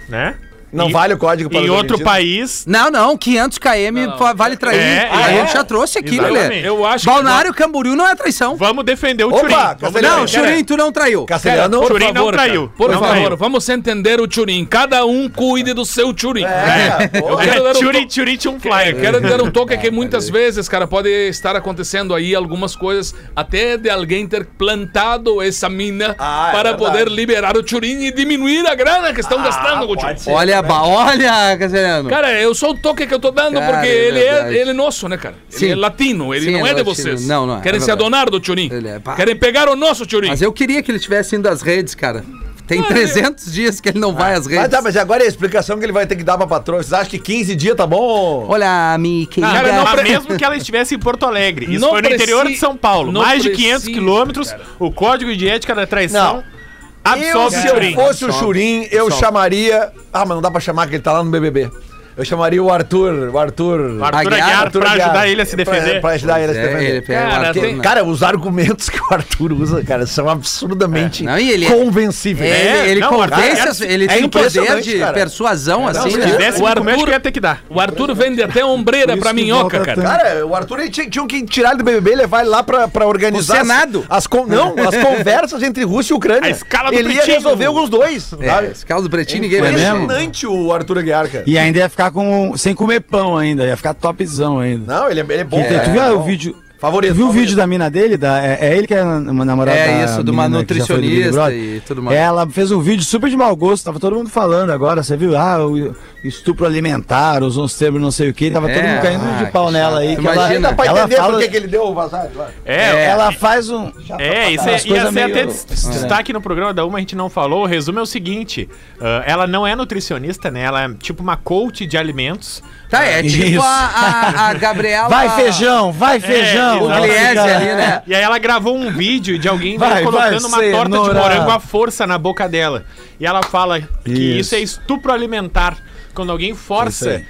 né?
Não
E-
vale o código
Em
os
outro
argentinos?
país,
Não, não, 500 km
Não, não.
vale trair.
É,
a
é.
gente já trouxe aqui, Lelê.
Exatamente.
Eu acho
Balneário Camboriú não é traição.
vamos defender o
Opa,
Turim. Vamos
Castelhano,
Não,
defender.
Churin, tu não traiu.
Castelhano,
que.
Churin não traiu.
Cara, por
Não
favor,
traiu.
vamos entender o Turim. Cada um cuide do seu Turim.
É,
Eu quero
É,
dar um
Turim,
to-
Turim tinha um flyer.
Quero dar um toque que muitas vezes, cara, pode estar acontecendo aí algumas coisas, até de alguém ter plantado essa mina
Ah, é
para
verdade. Ah,
poder liberar o Turim e diminuir a grana que estão gastando com o Turim.
Olha, ba- olha, Castelhano.
Cara, eu sou o toque que eu tô dando
Cara,
porque
é
ele é,
verdade.
ele é nosso, né, cara?
Sim.
Ele é latino, ele
Sim,
não
ele
é,
é
de
latino.
vocês.
Não, não é,
Querem
é
se
verdade.
adonar do Turim.
Ele é- pá.
Querem pegar o nosso Turim.
Mas eu queria que ele tivesse indo às redes, cara. Tem 300 dias que ele não vai às redes.
Mas tá, mas agora é a explicação que ele vai ter que dar pra patroa. Vocês acham que 15 dias tá bom?
Olha, minha querida.
Cara, não,
pre-
mesmo que ela estivesse em Porto Alegre. Isso
Não
foi no
preci-
interior de São Paulo.
não
Mais de
precisa,
500 quilômetros. O código de ética da traição
Eu,
absolve
se
o Turim.
eu fosse o
Sobe.
Churim, eu
Sobe.
chamaria. Ah, mas não dá pra chamar que ele tá lá no BBB. Eu chamaria o Arthur. O Arthur.
Arthur
Aguiar,
Aguiar,
Arthur
pra
Aguiar.
ajudar ele a se
Pra-
defender.
Pra ajudar ele a se
É,
defender.
ele pega
Cara,
o Arthur,
tem-
né?
Cara, os argumentos que o Arthur usa, cara, são absurdamente
Não, e ele-
convencíveis.
É,
É,
ele ele
não,
convence,
cara,
as- ele
é
tem um poder
impressionante,
de
cara.
persuasão,
Não, é
assim,
se
né?
tivesse
O
o
Arthur-
argumento que ia ter que dar.
O Arthur vende até ombreira pra minhoca, cara.
Cara, o Arthur ele tinha, tinha que tirar ele do BBB e levar ele lá pra, pra organizar.
O Senado.
As, as con- não, as conversas entre Rússia e Ucrânia.
A escala do
ele ia
Pretinho.
resolver com os dois.
É, esse caso do Pretinho, ninguém
É
vai
mesmo?
mexer.
Impressionante o Arthur Aguiar, cara.
E ainda ia ficar com, sem comer pão ainda, ia ficar topzão ainda.
Não, ele é, ele é bom.
Que tem-
cara.
tu viu
É
o
bom.
vídeo?
Favorito,
Tu viu o
favorito.
vídeo da mina dele? Da, é, é ele que é uma namorada
É
da
isso, de uma
menina que já foi do Big
nutricionista
Brother.
e tudo mais.
Ela fez um vídeo super de mau gosto, tava todo mundo falando agora, você viu? Ah, o estupro alimentar, usou uns termos não sei o que, tava
É,
todo mundo caindo
ah,
de pau
que
nela
chato.
aí. que
Imagina.
Dá
ela,
pra
ela
entender
fala,
por que que ele deu o vazar. claro.
É,
ela faz um...
É, isso
As
é, ia
coisas
ser até
meio-
des- destaque no programa da Uma, a gente não falou. O resumo é o seguinte: ah, ela não é nutricionista, né? Ela é tipo uma coach de alimentos.
Tá, é tipo
Isso.
a, a, a Gabriela...
Vai feijão,
É,
vai
exato.
feijão. Ela
O Gliese
fica-
ali, né?
E aí ela gravou um vídeo de alguém
Vai,
colocando
vai,
uma torta de
cenoura.
morango à força na boca dela. E ela fala que isso é estupro alimentar. Quando alguém força,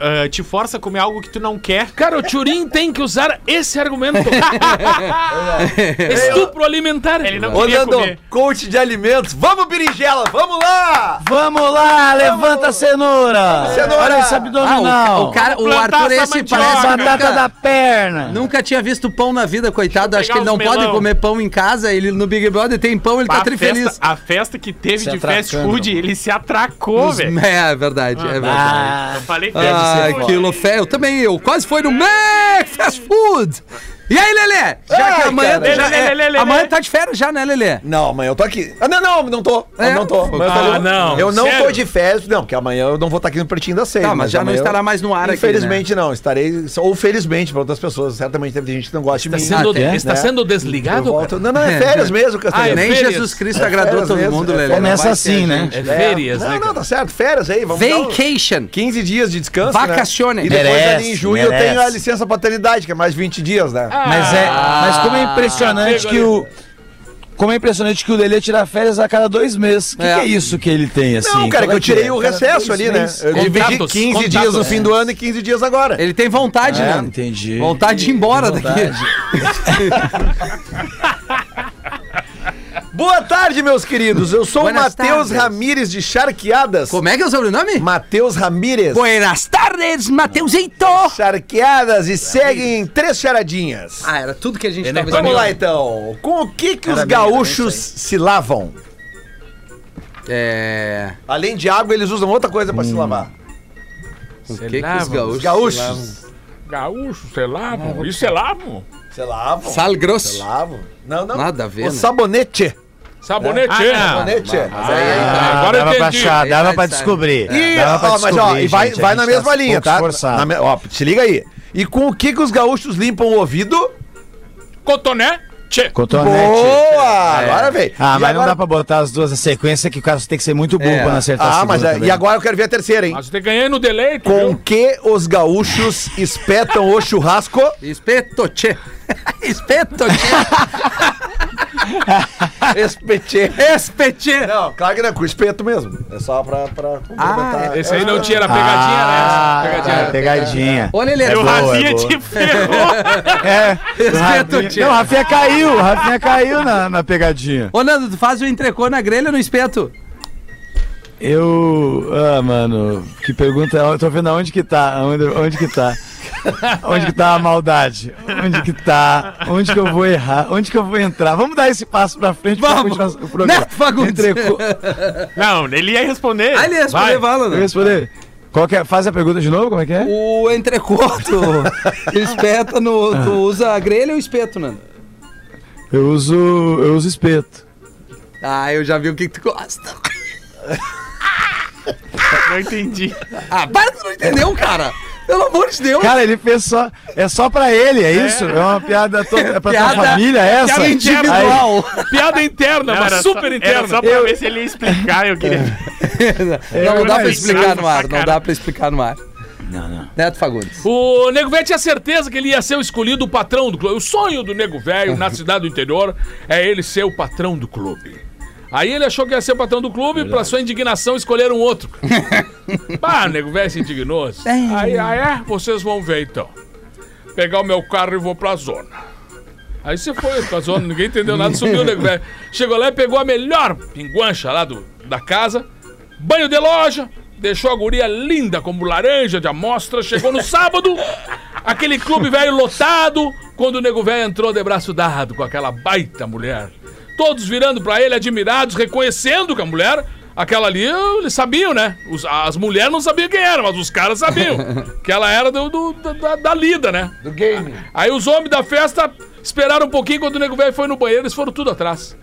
ah, te força a comer algo que tu não quer.
Cara, o Turim tem que usar esse argumento. É Estupro alimentar.
Ele não
Ô,
queria
Nando,
comer.
coach de alimentos. Vamos, berinjela, vamos lá!
Vamos lá, levanta a cenoura.
Cenoura.
Olha esse
Ah, o,
abdominal.
o cara, o
Plantar
Arthur
essa
esse
mandioca.
Parece
parece...
batata
nunca-
da perna.
Nunca tinha visto pão na vida, coitado.
eu
Acho que ele
pegar
não
uns
pode
melão.
comer pão em casa. Ele no Big Brother tem pão, ele tá
a, festa,
trifeliz.
a festa que teve de fast
atracando.
food, ele se atracou,
Os-
velho.
É verdade, é verdade.
Ah,
Eu falei que
Ah, aquilo fé. Eu também, eu quase foi no Mac Fast Food. E aí, Lelê? Já que
Ai,
amanhã
cara.
tu já
Lelê,
é-
Lelê, Lelê.
Amanhã tá de férias já, né, Lelê?
Não, amanhã eu tô aqui. Ah, não, não, não tô.
É?
Eu não tô. Mas
Ah,
eu tô-
não,
Eu não
sério?
tô de férias, não, porque amanhã eu não vou estar aqui no Pretinho da Seis.
Tá, mas já não
amanhã
estará
eu-
mais no ar aqui,
Infelizmente não, estarei... Ou felizmente pra outras pessoas. Certamente teve gente que não gosta de mim.
Está Tá sendo,
Ah, é?
está
Né?
sendo
Eu
desligado?
volto- Não, não, é férias mesmo,
Ah, é
Castanheira.
Nem
férias.
Jesus Cristo
É
agradou
férias
todo
mesmo,
mundo,
é
Lelê.
férias.
Começa
Não vai ser,
assim, né?
gente.
É férias,
não,
né?
não,
cara?
tá certo. Férias aí, vamos dar um-
Vacation.
15 dias de descanso,
Vacacione.
né? E depois
Merece,
ali em junho
merece.
eu tenho a licença paternidade, que é mais 20 dias, né?
Mas é, mas como é
Ah,
impressionante
pegou
que o como é impressionante que o Lelê tira férias a cada dois meses. O que,
É.
que é isso que ele tem assim?
Não, cara, que
Como
eu
é
tirei
é?
o
Cada
recesso
dois
ali, né?
meses.
Eu dividi
Contatos,
15
contatos.
dias no fim do ano e 15 dias agora.
Ele tem vontade,
É,
né?
entendi.
Vontade de ir embora
Tem vontade.
daqui.
Boa tarde, meus queridos. Eu sou o
Buenas
Matheus
tardes.
Ramires de Charqueadas.
Como é que é o sobrenome?
Matheus Ramires.
Buenas tardes, Mateusito!
Charqueadas e seguem três charadinhas.
Ah, era tudo que a gente tava
Vamos lá então. Com o que que os gaúchos se lavam?
É.
Além de água, eles usam outra coisa pra
Hum.
se lavar.
O que, que os gaúchos.
Os gaúchos
Gaúcho, sei lá, pô. Isso é lá, pô.
se lavam.
Sal
Se
grosso.
lavam. Não, não.
Nada a ver,
O
né?
sabonete.
Sabonete. é.
Ah,
Sabonete.
Mas aí, tá.
Ah,
Agora
dava
eu
pra
entendi.
achar, dava
Aí
pra
vai
descobrir.
E,
Dava pra
ó, mas ó, e
descobrir,
vai,
gente,
é
vai
a
na
gente
mesma
tá
linha,
pouco
tá?
esforçado.
Na me- Ó, se liga aí. E com o que que os gaúchos limpam o ouvido?
Cotoné. Tchê.
Cotonete.
Boa! Agora vem.
Né, Ah, mas
E
não
agora-
dá pra botar as duas na sequência, que o cara tem que ser muito bom
É.
pra não acertar a
Ah, mas
segunda
é-
também.
e agora eu quero ver a terceira, hein?
Mas eu te ganhei no deleito,
Com
viu?
o que os gaúchos espetam o churrasco?
Espetoche. Espetoche.
Espetê.
Espetoche.
Não, claro que não é com espeto mesmo. É só pra, pra complementar.
Esse aí não tinha, era pegadinha,
Ah,
né?
tá,
Pegadinha.
pegadinha.
Olha ele
É
é
o
bom.
Rafinha te ferrou.
É.
Respeito,
Rafinha,
tia.
não, o Rafinha caiu. O Rafinha caiu na, na pegadinha.
Ô, Nando, tu faz o entrecô na grelha ou no espeto?
Eu. Ah, mano, que pergunta. Eu tô vendo aonde que tá. Onde, onde que tá? Onde que tá a maldade? Onde que tá? Onde que eu vou errar? Onde que eu vou entrar? Vamos dar esse passo pra frente
Vamos.
pra continuar o programa.
Né, Fagundes?
Entrecô-
Não, ele ia responder.
Ah, ele respondeu,
Vai.
vai,
Eu
Nando.
respondi. Qual que é? Faz a pergunta de novo? Como é que é?
O entrecô, tu, tu espeta no. Tu usa a grelha ou espeto, Nando?
Eu uso. Eu uso espeto.
Ah, eu já vi o que que tu gosta.
Não entendi.
Ah, para que tu não entendeu, cara. Pelo amor de Deus.
Cara, ele fez só. É só pra ele, é isso? É uma piada toda. É pra
Piada-
tua família essa?
Piada individual.
né? Piada interna,
Não,
mas
era
super
só,
interna.
Era só pra ver se ele ia explicar, eu queria...
não, não dá pra
Eu-
explicar no ar. Não
Cara.
dá pra explicar no ar. Não, não. Neto Fagundes.
O Nego Velho tinha certeza que ele ia ser o escolhido o patrão do clube. O sonho do Nego Velho na cidade do interior é ele ser o patrão do clube. Aí ele achou que ia ser o patrão do clube, pra sua indignação escolheram outro. Pá, o Nego Velho se indignou. Aí, aí é, vocês vão ver então. Pegar o meu carro e vou pra zona. Aí você foi pra zona, ninguém entendeu nada, sumiu o Nego Velho. Chegou lá e pegou a melhor pinguancha lá do, da casa, banho de loja, deixou a guria linda como laranja de amostra. Chegou no sábado, aquele clube velho lotado, quando o nego velho entrou de braço dado com aquela baita mulher. Todos virando pra ele, admirados, reconhecendo que a mulher, aquela ali, eles sabiam, né? Os- as mulheres não sabiam quem era, mas os caras sabiam que ela era do- do- da, da lida, né? Do game. Aí os homens da festa esperaram um pouquinho quando o nego velho foi no banheiro, eles foram tudo atrás.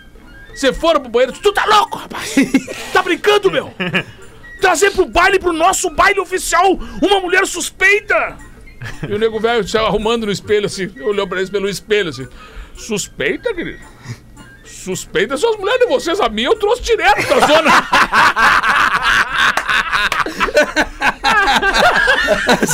Você foram pro banheiro, tu tá louco, rapaz? Tá brincando, meu? Trazer pro baile, pro nosso baile oficial, uma mulher suspeita! E o nego velho se arrumando no espelho, assim, olhou pra eles pelo espelho, assim. Suspeita, querido? Suspeita são as mulheres de vocês, a minha eu trouxe direto da zona.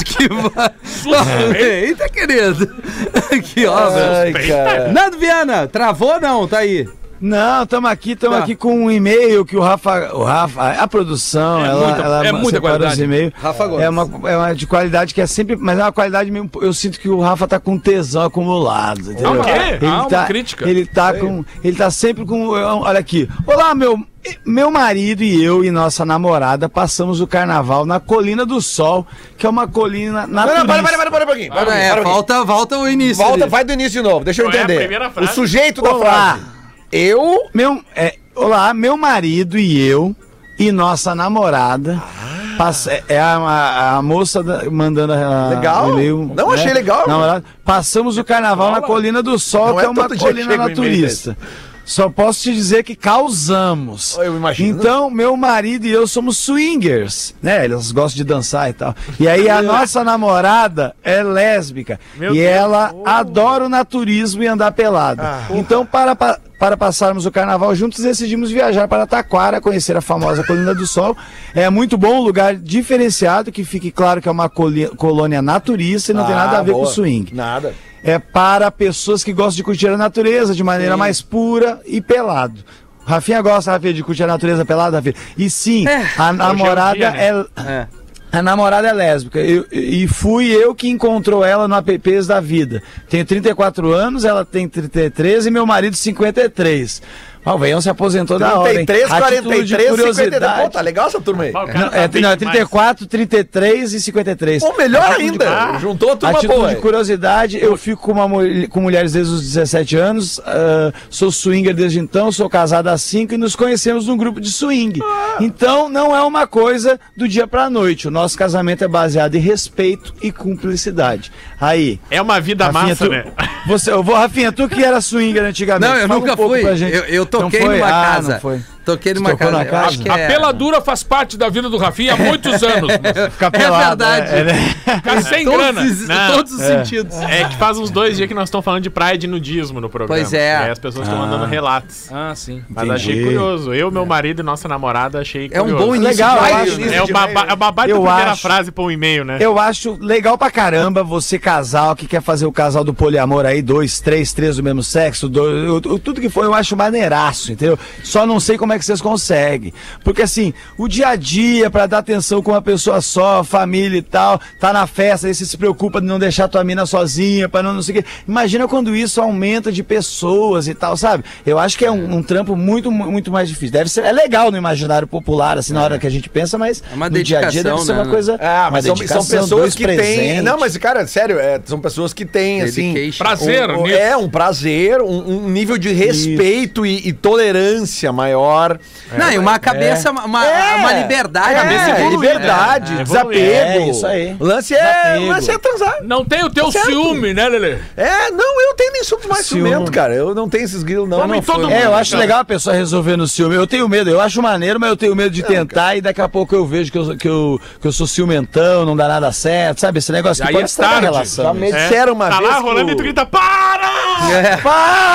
que va-
Suspeita.
Eita, querido. que obra.
Ai, cara.
Nando Viana, travou não? Tá aí.
Não, estamos aqui, estamos
Tá.
aqui com um e-mail que o Rafa, o Rafa, a produção,
É
ela,
muita-
ela
é muita
separa
qualidade.
os e-mails.
Rafa Gomes.
É uma, é uma de qualidade que é sempre, mas é uma qualidade meio, eu sinto que o Rafa tá com tesão acumulado, entendeu?
Não, o quê?
Ele
Ah, uma
tá,
crítica.
Ele tá com, ele tá sempre com, olha aqui. Olá, meu meu marido e eu e nossa namorada passamos o carnaval na Colina do Sol, que é uma colina
Não,
naturista.
não, para, para, para, para um pouquinho. Para um pouquinho,
é,
para um pouquinho.
volta, volta o início.
Volta,
ali.
vai do início de novo, deixa eu
Qual é a
entender.
primeira
o
frase?
sujeito da
Olá.
frase. Eu.
Meu, é, olá, meu marido e eu e nossa namorada.
Ah.
passe- é, é a, a- a moça da- mandando a,
Legal.
o e-mail, né?
Não, achei legal.
Namorada, passamos o carnaval na Colina do Sol,
Não
que
é
é uma
todo dia que
colina
chega um e-mail
naturista. Só posso te dizer que causamos.
Eu imagino.
Então, meu marido e eu somos swingers, né? Eles gostam de dançar e tal. E aí a nossa namorada é lésbica
Meu
e
Deus.
ela adora o naturismo e andar pelada. então, para, pa- para passarmos o carnaval juntos, decidimos viajar para Taquara, conhecer a famosa Colina do Sol. É muito bom, um lugar diferenciado, que fique claro que é uma coli- colônia naturista e não tem
Ah,
nada a ver com swing
Nada.
é para pessoas que gostam de curtir a natureza de maneira mais pura e pelado. Rafinha gosta, Rafinha, de curtir a natureza pelada, Rafinha. E sim,
É.
a namorada
é dia, né?
é. A namorada é lésbica eu- e fui eu que encontrou ela no APPs da vida. Tenho 34 anos, ela tem 33 e meu marido 53. Ah, o Veião se aposentou da hora. hein?
33,
Atitude,
43, 53. Pô,
curiosidade.
tá legal essa turma aí.
tá
Não, é, não, é 34, 33 e 53.
Ou melhor ainda, Ah, juntou a turma
Atitude
boa.
de curiosidade, eu fico com, uma, mul- com mulheres desde os 17 anos, ah, sou swinger desde então, sou casado há 5 e nos conhecemos num grupo de swing.
Ah.
Então não é uma coisa do dia pra noite. O nosso casamento é baseado em respeito e cumplicidade. Aí.
É uma vida
Tá
Rafinha,
massa,
tu-
né?
Você, eu vou, Rafinha, tu que era swinger antigamente.
Não, eu
fala um
nunca
pouco
fui.
pra gente.
Eu, eu
Não
toquei
foi?
numa
Ah,
casa.
não foi.
Toquei numa
tocou
casa.
na
Eu
casa?
acho que
A
é-
pela dura faz parte da vida do Rafinha há muitos anos.
Ficar
É
pelado,
verdade.
né? É, né?
Ficar sem
todos
grana.
os-
Não,
todos os sentidos.
É que faz uns dois dias que nós estamos falando de praia e de nudismo no programa.
Pois é.
E aí as pessoas estão mandando relatos.
Ah, sim.
Mas
Entendi. É.
achei curioso. Eu, meu marido e nossa namorada achei
É
curioso.
um bom início.
Legal,
de
eu
baile,
acho.
né?
É uma, ba é uma baita
Eu
primeira
acho.
frase pra um e-mail, né?
Eu acho legal pra caramba você casal que quer fazer o casal do poliamor aí, dois, três, três do mesmo sexo, dois, eu- eu- tudo que for, eu acho maneiraço, entendeu? Só não sei como é que vocês conseguem. Porque assim, o dia a dia, pra dar atenção com uma pessoa só, família e tal, tá na festa, aí você se preocupa de não deixar tua mina sozinha, pra não, não sei o quê. Imagina quando isso aumenta de pessoas e tal, sabe? Eu acho que é um, um trampo muito, muito mais difícil. Deve ser, é legal no imaginário popular, assim, na hora que a gente pensa, mas
É uma
no dia a dia deve
dedicação,
ser
né?
uma coisa
Ah, mas
uma
são, são
dedicação,
pessoas
dois
que têm.
presentes.
Não, mas, cara, sério, é, são pessoas que têm, assim.
Dedication.
Prazer
um- um-
nisso.
é, um prazer, um, um nível de respeito e, e tolerância maior.
Não, e uma cabeça, uma, uma-
É.
uma liberdade.
É,
Cabeça evoluída.
liberdade,
né?
desapego.
É, isso aí.
O lance é, o lance é transar.
Não tem o teu ciúme, né, Lelê?
É, não, eu tenho nem suco mais
Ciúme.
ciumento, cara. Eu não tenho esses grilos, não.
Vamos em
não
todo
foi.
mundo.
É, eu acho legal a pessoa resolver no ciúme. Eu tenho medo, eu acho maneiro, mas eu tenho medo de tentar e daqui a pouco eu vejo que eu, que eu, que eu sou ciumentão, não dá nada certo, sabe? Esse negócio que
Aí é
pode estragar a
tarde.
relação.
Me disseram uma
tá
vez.
lá
que
rolando
o-
e tu grita, para!
É.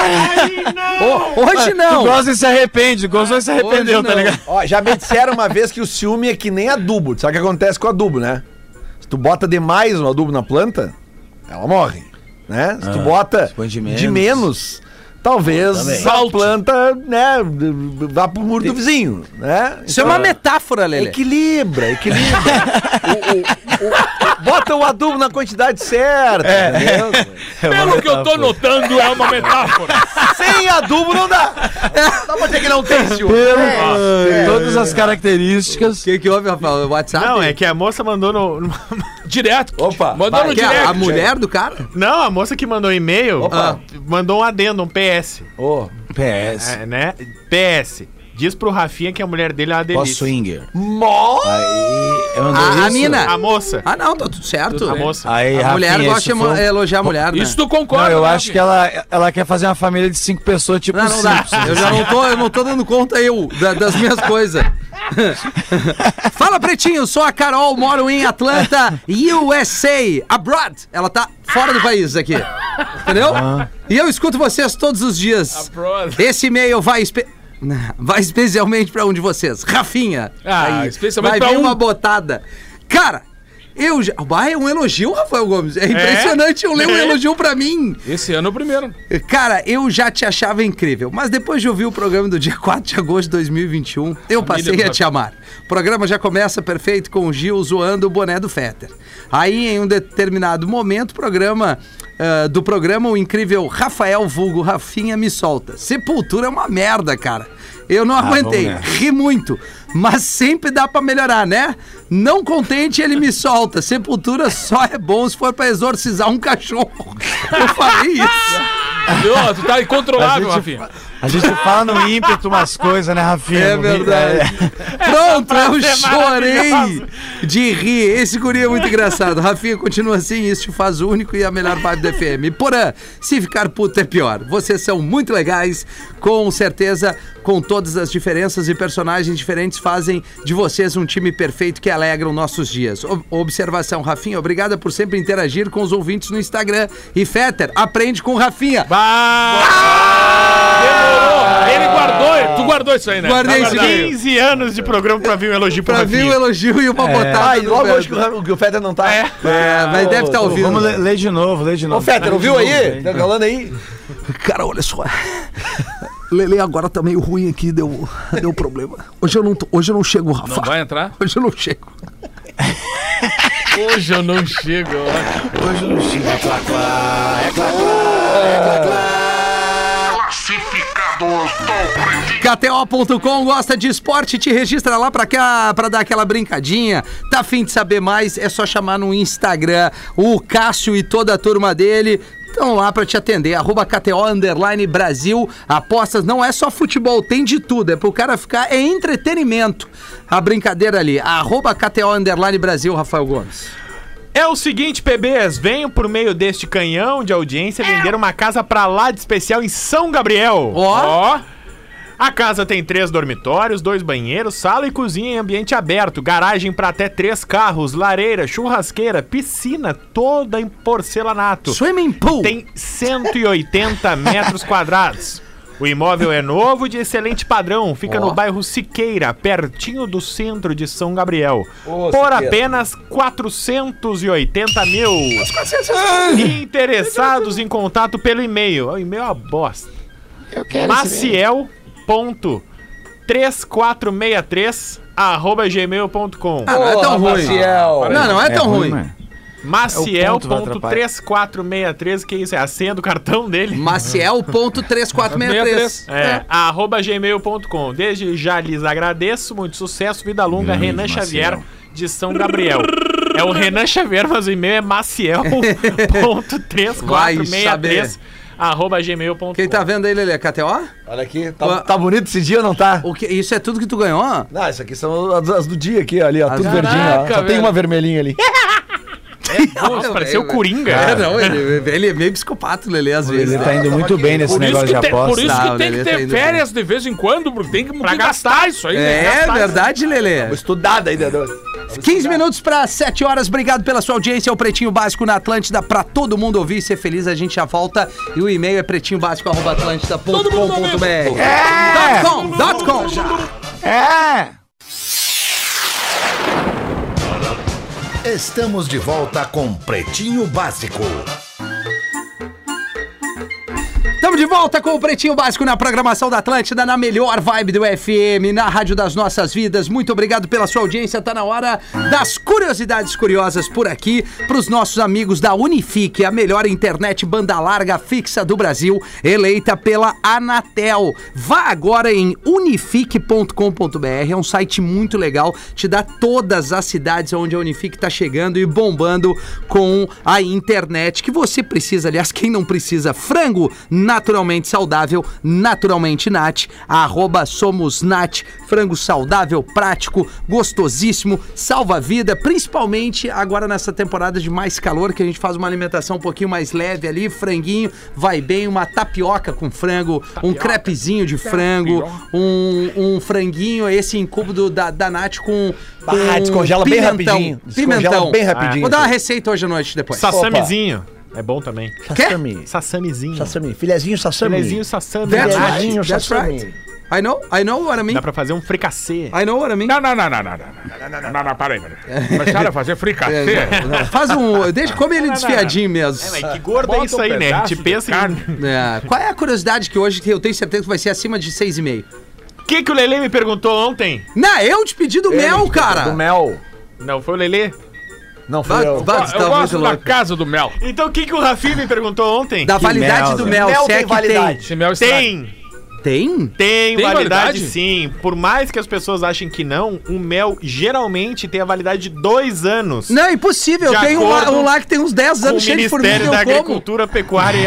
Aí não!
Ho- Hoje
Tu
não. Ah,
gosta e se arrepende, gozou e se arrependeu,
Hoje
tá
não.
ligado?
Ó, já me disseram uma vez que o ciúme é que nem adubo. Sabe o que acontece com adubo, né? Se tu bota demais um adubo na planta, ela morre. Né? Se tu bota
põe de
de menos,
menos.
talvez a planta né, vá pro muro do vizinho. Né?
Isso é uma metáfora, Lelê.
Equilibra, equilibra. O- o- o- bota o adubo na quantidade certa, entendeu?
é
Pelo que eu tô notando, é uma metáfora.
Sem adubo não dá. Dá pra dizer que não tem ciúme.
É.
Pelo- todas as características.
O que, que houve, Rafael? O WhatsApp?
Não, é que a moça mandou no. no-
Direto.
Opa,
Mandou no
é
Que
direct.
Ah, a, a mulher do cara?
Não, a moça que mandou e-mail
Opa.
ah, mandou um adendo, um PS.
Ô,
PS.
É, né? PS. Diz pro Rafinha que a mulher dele é uma
Ó,
delícia.
swinger.
mó-
Aí, eu
A- a
isso?
mina.
É A moça.
Ah, não, tá tudo Ah, certo.
A moça. é
Aí,
A mulher
Rafinha,
gosta de
isso foi um-
é
emo- elogiar a mulher, né?
Isso tu
Não,
concorda,
eu
né,
acho que é
Rafinha?
ela, ela quer fazer uma família de cinco pessoas, tipo
Não, não dá.
Simpsons.
Eu já não tô, eu não tô dando conta eu da- das minhas coisas. Fala, Pretinho, sou a Carol, moro em Atlanta, USA, abroad. Ela tá fora do país aqui. Entendeu?
Ah.
E eu escuto vocês todos os dias.
Abroad.
Esse e-mail vai espe- vai especialmente pra um de vocês, Rafinha.
Ah, especialmente
vai
pra
vir
um.
uma botada. Cara, eu já... Bah, é um elogio, Rafael Gomes. É impressionante eu ler um
É.
elogio pra mim.
Esse ano é o primeiro.
Cara, eu já te achava incrível, mas depois de ouvir o programa do dia 4 de agosto de 2021, eu passei a te amar. O programa já começa perfeito com o Gil zoando o boné do Fetter. Aí, em um determinado momento, o programa. ah, do programa, o incrível Rafael Vulgo Rafinha me solta. Sepultura é uma merda, cara. Eu não aguentei,
vamos
ri muito, mas sempre dá pra melhorar, né? Não contente, ele me solta. Sepultura só é bom se for pra exorcizar um cachorro. Eu falei isso.
Viu? Tu tá incontrolável,
A gente-
Rafinha.
A gente fala no ímpeto umas coisas, né, Rafinha? né?
É
No-
verdade. Pronto, eu
frase é
chorei
maravilhosa.
de rir. Esse guri é muito engraçado. Rafinha continua assim, isso te faz único e a melhor vibe do FM. Porã, se ficar puto é pior. Vocês são muito legais, com certeza, com todas as diferenças e personagens diferentes, fazem de vocês um time perfeito que alegram nossos dias. Ob- observação, Rafinha, obrigada por sempre interagir com os ouvintes no Instagram. E Fetter, aprende com Rafinha. ah,
Demorou.
Ele
É.
guardou, tu guardou isso aí, né?
Guardei
Tá
esse
guardado.
aqui.
15 anos de programa pra vir um elogio pro
Pra vir o
Rafinha.
elogio e uma botada.
Ah, e
no
logo
Fetter.
hoje que o, Ra- que o Fetter não tá.
É, mas deve estar ouvindo.
Vamos ler, ler de novo, ler de novo.
Ô, Fetter, ouviu aí? Tá falando aí?
Cara, olha só. Lele, agora tá meio ruim aqui, deu, deu problema. Hoje eu não, tô- hoje eu não chego, Rafa.
Não vai entrar?
Hoje eu não chego.
Hoje eu não chego. ó.
classificados do Pretinho.
KTO.com gosta de esporte, te registra lá pra, cá, pra dar aquela brincadinha. Tá afim de saber mais? É só chamar no Instagram o Cássio e toda a turma dele. Estão lá pra te atender, arroba KTO Underline Brasil, apostas, não é só futebol, tem de tudo, é pro cara ficar, é entretenimento a brincadeira ali, arroba KTO Underline Brasil, Rafael Gomes.
É o seguinte, PBs, venho por meio deste canhão de audiência vender uma casa pra lá de especial em São Gabriel.
Ó.
A casa tem três dormitórios, dois banheiros, sala e cozinha em ambiente aberto, garagem pra até três carros, lareira, churrasqueira, piscina, toda em porcelanato.
Swimming pool.
Tem 180 metros quadrados. O imóvel é novo de excelente padrão, fica no bairro Siqueira, pertinho do centro de São Gabriel. por apenas 480 mil. Interessados em contato pelo e-mail. O e-mail é uma bosta. Eu quero Maciel. Ponto 3463 arroba gmail.com
Ah, não é tão ruim. Não, não é tão ruim.
Maciel.3463, que isso? É a senha do cartão dele?
Maciel.3463.
É, arroba gmail.com. Desde já lhes agradeço, muito sucesso, vida longa,
Grande
Renan
Maciel.
Xavier de São Gabriel. É o Renan Xavier, mas o e-mail é
Vai
maciel.3463
saber.
arroba gmail.com.
Quem tá vendo aí, Lelê? KTO?
Olha aqui, tá, tá bonito esse dia, não tá?
O que, isso é tudo que tu ganhou?
Não, isso aqui são as, as do dia aqui, ali, ó, tudo
As-
verdinho, ó.
Caraca,
Só tem
velho.
uma vermelhinha ali.
Nossa, pareceu o Coringa.
É, não, ele, ele é meio psicopata, o Lelê, às vezes.
Ele
é.
né?
tá indo muito bem nesse
Por isso,
negócio de
que tem, por
aposta.
isso
Tá,
que tem
beleza,
que
tá
ter
indo
férias de vez em quando, porque tem que,
Pra
que gastar isso aí. né?
tá
É verdade, Lelê.
Estudada aí, Dedão.
15 minutos para 7 horas. Obrigado pela sua audiência. É o Pretinho Básico na Atlântida. Para todo mundo ouvir e ser feliz, a gente já volta. E o e-mail é pretinhobásico.atlântida.com.br. É! .com, dot .com.
É!
Estamos de volta com Pretinho Básico.
Estamos de volta com o Pretinho Básico na programação da Atlântida, na melhor vibe do FM, na Rádio das Nossas Vidas. Muito obrigado pela sua audiência. Tá na hora das curiosidades curiosas por aqui, para os nossos amigos da Unifique, a melhor internet banda larga fixa do Brasil, eleita pela Anatel. Vá agora em unifique.com.br, é um site muito legal, te dá todas as cidades onde a Unifique está chegando e bombando com a internet que você precisa. Aliás, quem não precisa, frango naturalmente saudável, naturalmente Nat, arroba somos Nat, frango saudável, prático, gostosíssimo, salva a vida, principalmente agora nessa temporada de mais calor, que a gente faz uma alimentação um pouquinho mais leve ali, franguinho, vai bem, uma tapioca com frango, um crepezinho de frango, um, um franguinho, esse incubo do, da, da Nath com, com
Ah, descongela bem rapidinho. Descongela
Pimentão.
bem rapidinho.
Vou dar uma receita hoje à noite depois.
Sassamizinho. É bom também.
Sassami.
Sassamizinho.
Sassami. Filezinho sassami.
Filezinho sassami.
That's
Nath.
right.
Filezinho
That's
sassami.
right. I know, I know what I mean.
Dá pra fazer um fricassê.
I know what I mean.
Não, não, não, não, não, não, não, não, não, não, não, peraí, peraí. Começaram a fazer fricassê?
É, Não, Faz um. Deixa, come ele desfiadinho mesmo.
que gordo
um
é isso aí, né? A gente
Tipo
pensa em...
É, qual é a curiosidade que hoje que eu tenho certeza que vai ser acima de 6,5?
O que, que o Lele me perguntou ontem?
Não, eu te pedi do mel, cara.
Do mel.
Não, foi o Lele?
Não
Vá-
foi eu.
vá- tu tá
Eu
muito
gosto da
louco.
casa do mel.
Então o que, que o Rafinha me perguntou ontem?
Da validade
mel,
do
né?
mel,
Mel
se é
tem
que
validade.
Esse mel estraga.
Tem,
tem. Tem?
tem,
Tem
validade,
validade?
sim. Por mais que as pessoas achem que não, o mel geralmente tem a validade de dois anos.
Não, é impossível.
De
tem um lá,
acordo
um lá que tem uns 10
Com o
anos cheio de formiga
Ministério da
eu como.
Agricultura, Pecuária e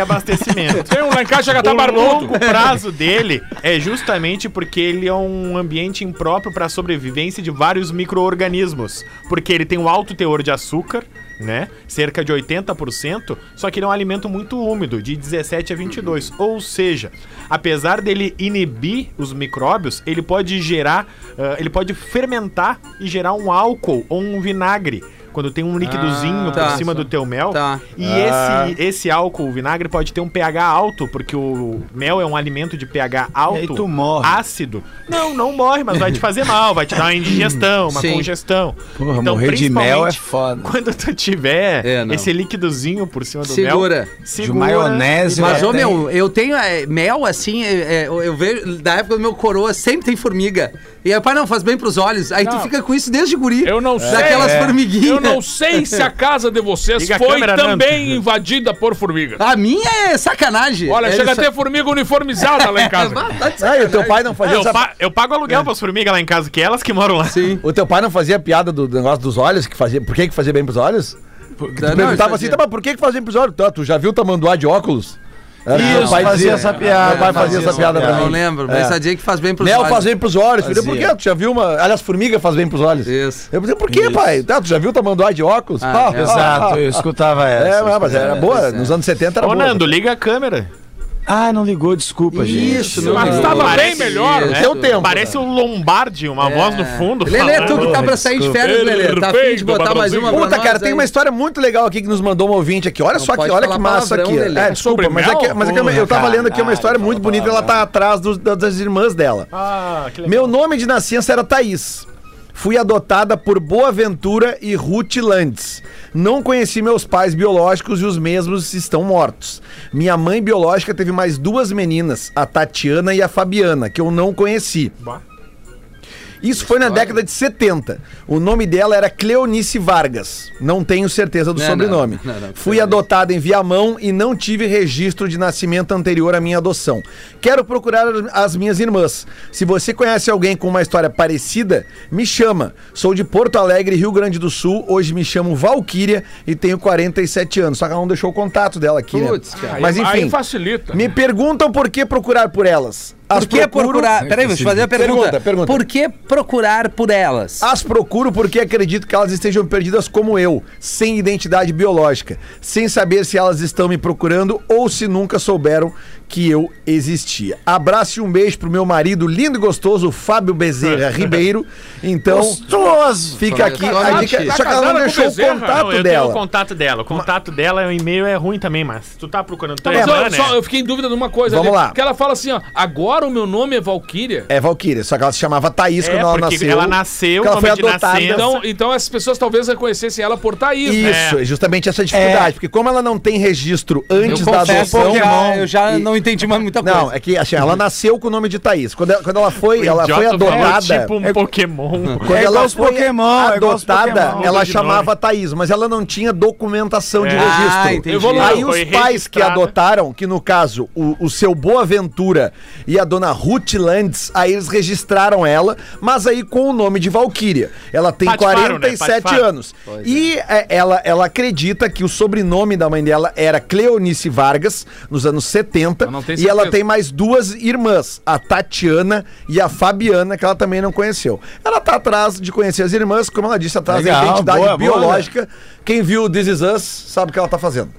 Abastecimento.
Tem um lá em casa, já tá
O
barbudo.
longo prazo dele é justamente porque ele é um ambiente impróprio para a sobrevivência de vários micro-organismos. Porque ele tem um alto teor de açúcar, né? Cerca de 80%, só que ele é um alimento muito úmido, de 17 a 22. Ou seja, apesar dele inibir os micróbios, ele pode gerar, ah, ele pode fermentar e gerar um álcool ou um vinagre. Quando tem um liquidozinho
tá.
por cima do teu mel,
Tá.
e
Ah.
esse, esse álcool, o vinagre, pode ter um pH alto, porque o mel é um alimento de pH alto,
E aí tu morre.
ácido. Não, não morre, mas vai te fazer mal, vai te dar uma indigestão, uma
Sim.
congestão. Então,
Porra, morrer de mel é foda.
Quando tu tiver
É, não.
esse líquidozinho por cima do
Segura.
mel,
De maionese.
Mas,
né?
ô meu, eu tenho é, mel assim, é, é, eu vejo, da época do meu coroa sempre tem formiga. E aí, pai, não, faz bem pros olhos. Aí tu
Não.
fica com isso desde guri.
Eu não sei. é.
Daquelas formiguinhas.
Eu não sei se a casa de vocês
Liga a
foi
câmera,
também invadida por formigas.
A minha é sacanagem.
Olha,
É
chega
isso-
a ter formiga uniformizada lá em casa.
Ah, tá de
Ah, e o teu pai não fazia
Eu,
essa...
pa- eu pago aluguel pras formigas lá em casa, que é elas que moram lá.
Sim.
O teu pai não fazia piada do do negócio dos olhos, que fazia... Por que que fazia bem pros olhos?
Não,
Perguntava
isso
assim,
é-
tá, mas por que que fazia bem pros olhos? Tá, tu já viu o tamanduá de óculos? Era o que teu
Isso, fazia
dizia.
essa piada,
Meu pai fazia essa piada pra
Não
mim.
lembro, mas
É.
essa dia que faz bem pros
Mel
olhos.
faz bem pros olhos. Filho. Por
Fazia.
quê? Tu já viu uma. Aliás, formiga faz bem pros olhos.
Isso.
Eu pensei, por quê, pai? Tá, tu já viu o tamanduá de óculos?
Ah, é.
Exato, eu escutava
É,
essa.
mas era boa. Nos anos 70 era
Ô,
boa.
Nando, liga a câmera.
Ah, não ligou, desculpa, gente.
Isso, meu
Mas
Deus.
tava bem
Parece-
melhor,
Isso.
né?
Teu tempo.
Parece um Lombardi, uma voz no fundo.
É. Lelê, tu
falando.
que tá pra sair de férias, Lelê. Tá afim de
Perfeito,
botar mais uma pra
Puta,
nós
cara, tem
aí?
uma história muito legal aqui que nos mandou um ouvinte aqui. Olha
Não
só que,
pode
olha
falar
que massa
palavrão,
aqui.
Lelê.
É,
É
desculpa,
sobre
mas, é que,
mel?
mas é que eu- eu tava lendo aqui uma história muito bonita e ela tá atrás dos- das, das irmãs dela.
Ah, que legal.
Meu nome de nascença era Thaís. Fui adotada por Boa Ventura e Ruth Landes. Não conheci meus pais biológicos e os mesmos estão mortos. Minha mãe biológica teve mais duas meninas, a Tatiana e a Fabiana, que eu não conheci. Isso foi na década de 70. O nome dela era Cleonice Vargas. Não tenho certeza do
Não,
sobrenome.
não, não, não,
Fui
Cleonice.
adotada em Viamão e não tive registro de nascimento anterior à minha adoção. Quero procurar as- as minhas irmãs. Se você conhece alguém com uma história parecida, me chama. Sou de Porto Alegre, Rio Grande do Sul. Hoje me chamo Valquíria e tenho 47 anos. Só que ela não deixou o contato dela aqui,
Putz,
né?
cara.
Mas
Aí
enfim,
facilita.
me perguntam por que procurar por elas. As
Por que
procuro-
procurar? Peraí, vou te fazer uma pergunta.
Pergunta, pergunta. Ah,
Por que procurar por elas?
As procuro porque acredito que elas estejam perdidas como eu, sem identidade biológica, sem saber se elas estão me procurando ou se nunca souberam que eu existia. Abraço e um beijo pro meu marido lindo e gostoso, Fábio Bezerra Ribeiro. Então,
Gostoso!
fica aqui a dica.
Tá
Só que ela
casada
não
com
deixou o
Bezerra?
Não,
contato
eu tenho o
dela.
contato dela. O contato dela é o e-mail é ruim também, mas tu tá procurando tua
Mas
irmã,
eu,
né?
só, eu fiquei em dúvida de uma coisa.
Vamos
ali,
lá.
Que ela fala assim, ó. Agora o meu nome é Valkyria.
É, Valquíria, só que ela se chamava Thaís
É,
quando ela
porque
nasceu.
ela nasceu,
porque ela
nome
foi
de
adotada.
nascença.
Então, então essas pessoas talvez reconhecessem ela por Thaís. né?
Isso, é. justamente essa dificuldade, porque como ela não tem registro antes da
Confesso
adoção,
que já- eu já
e-
não entendi mais muita coisa.
Não, é que assim, ela nasceu com o nome de Thaís. Quando ela, quando ela foi, ela foi
Idiota,
adotada.
velho,
É-
tipo um Pokémon.
Quando
É igual
ela
os Pokémon, é igual os
adotada,
Pokémon,
ela
de
chamava
nome.
Thaís, mas ela não tinha documentação de
É.
Ah,
registro.
entendi.
Evoluiu.
Aí os
Foi
pais que
registrada.
adotaram, que no caso o, o seu Boaventura e a dona Ruth Landes, aí eles registraram ela, mas aí com o nome de Valquíria. Ela tem
Patifaram, né?
47
Patifaram.
anos. E é, ela, ela acredita que o sobrenome da mãe dela era Cleonice Vargas, nos anos 70,
Mas não tem
e ela
certeza.
tem mais duas irmãs, a Tatiana e a Fabiana, que ela também não conheceu. Ela tá atrás de conhecer as irmãs, como ela disse, atrás da
Legal,
identidade
boa, boa,
biológica. Quem viu This Is Us sabe o que ela tá fazendo.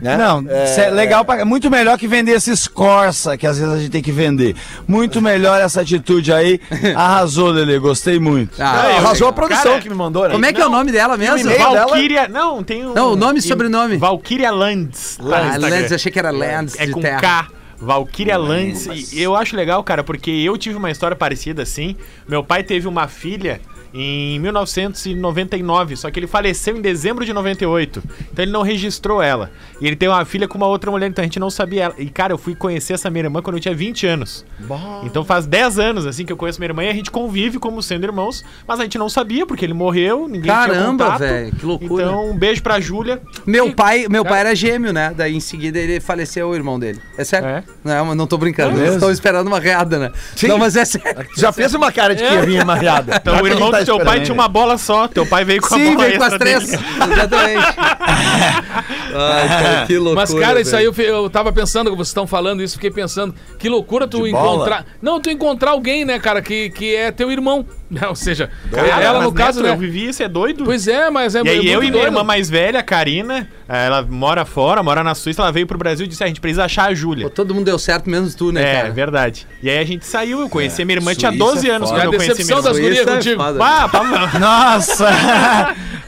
né?
Não, isso é legal pra... muito melhor que vender esses Corsa que às vezes a gente tem que vender. Muito melhor essa atitude aí. Arrasou, Lele, gostei muito.
Ah,
Ah, arrasou a produção
Cara,
que me mandou, né?
Como é que é o nome dela é- mesmo?
e-mail dela-
Valkyria, não, tem um...
Não, o nome e sobrenome.
Valkyria Lands. tá no
Ah,
Instagram.
Lands, eu achei que era Lands
É
de
com
terra.
K. Valkyria Lands. E eu acho legal, cara, porque eu tive uma história parecida assim. Meu pai teve uma filha em 1999, só que ele faleceu em dezembro de 98. Então ele não registrou ela. E ele tem uma filha com uma outra mulher, então a gente não sabia ela. E cara, eu fui conhecer essa minha irmã quando eu tinha 20 anos. Então faz 10 anos assim que eu conheço minha irmã e a gente convive como sendo irmãos, mas a gente não sabia porque ele morreu, ninguém tinha
Caramba,
contato.
velho, que loucura.
Então, um beijo pra Júlia.
Meu pai, meu pai era gêmeo, né? Daí em seguida ele faleceu o irmão dele. É sério?
É.
Não, mas não tô brincando.
mesmo?
Estou esperando uma reada, né? Não, mas é sério.
Já fez uma cara de que é vinha marreada.
Então, o irmão do teu pai tinha uma bola só. Teu pai veio com a
Sim,
bola
veio com as
extra dele.
três. Exatamente. Ai, cara, que loucura.
Mas, cara, isso
velho.
aí eu, fi- eu tava pensando, que vocês estão falando isso, fiquei pensando, que loucura tu encontrar. Não, tu encontrar alguém, né, cara, que, que é teu irmão. Né, Ou seja,
Cara,
ela
é, mas
no caso,
Neto, Eu
né?
vivi isso, é doido.
Pois é, mas é
e aí
é
eu
muito
e minha
doido.
irmã mais velha, a Karina, ela mora fora, mora na Suíça, ela veio pro Brasil e disse, "Ah, a gente precisa achar a Júlia.
Pô, Todo mundo deu certo, menos tu, né,
É,
cara?
verdade. E aí a gente saiu, eu conheci minha irmã, tinha
Suíça
12 anos
E a
quando eu conheci minha
decepção
irmã.
das gurias
Isso é
contigo.
foda.
Bah, pá, mano.
Nossa!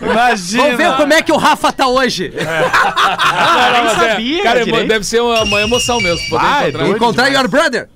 Imagina!
Vamos ver como é que o Rafa tá hoje.
É,
Ah,
nem
mas é,
sabia né,
cara,
direito.
deve ser uma, uma emoção mesmo. poder
Ah, é
encontrar.
doido.
Encontrar
demais.
Your Brother.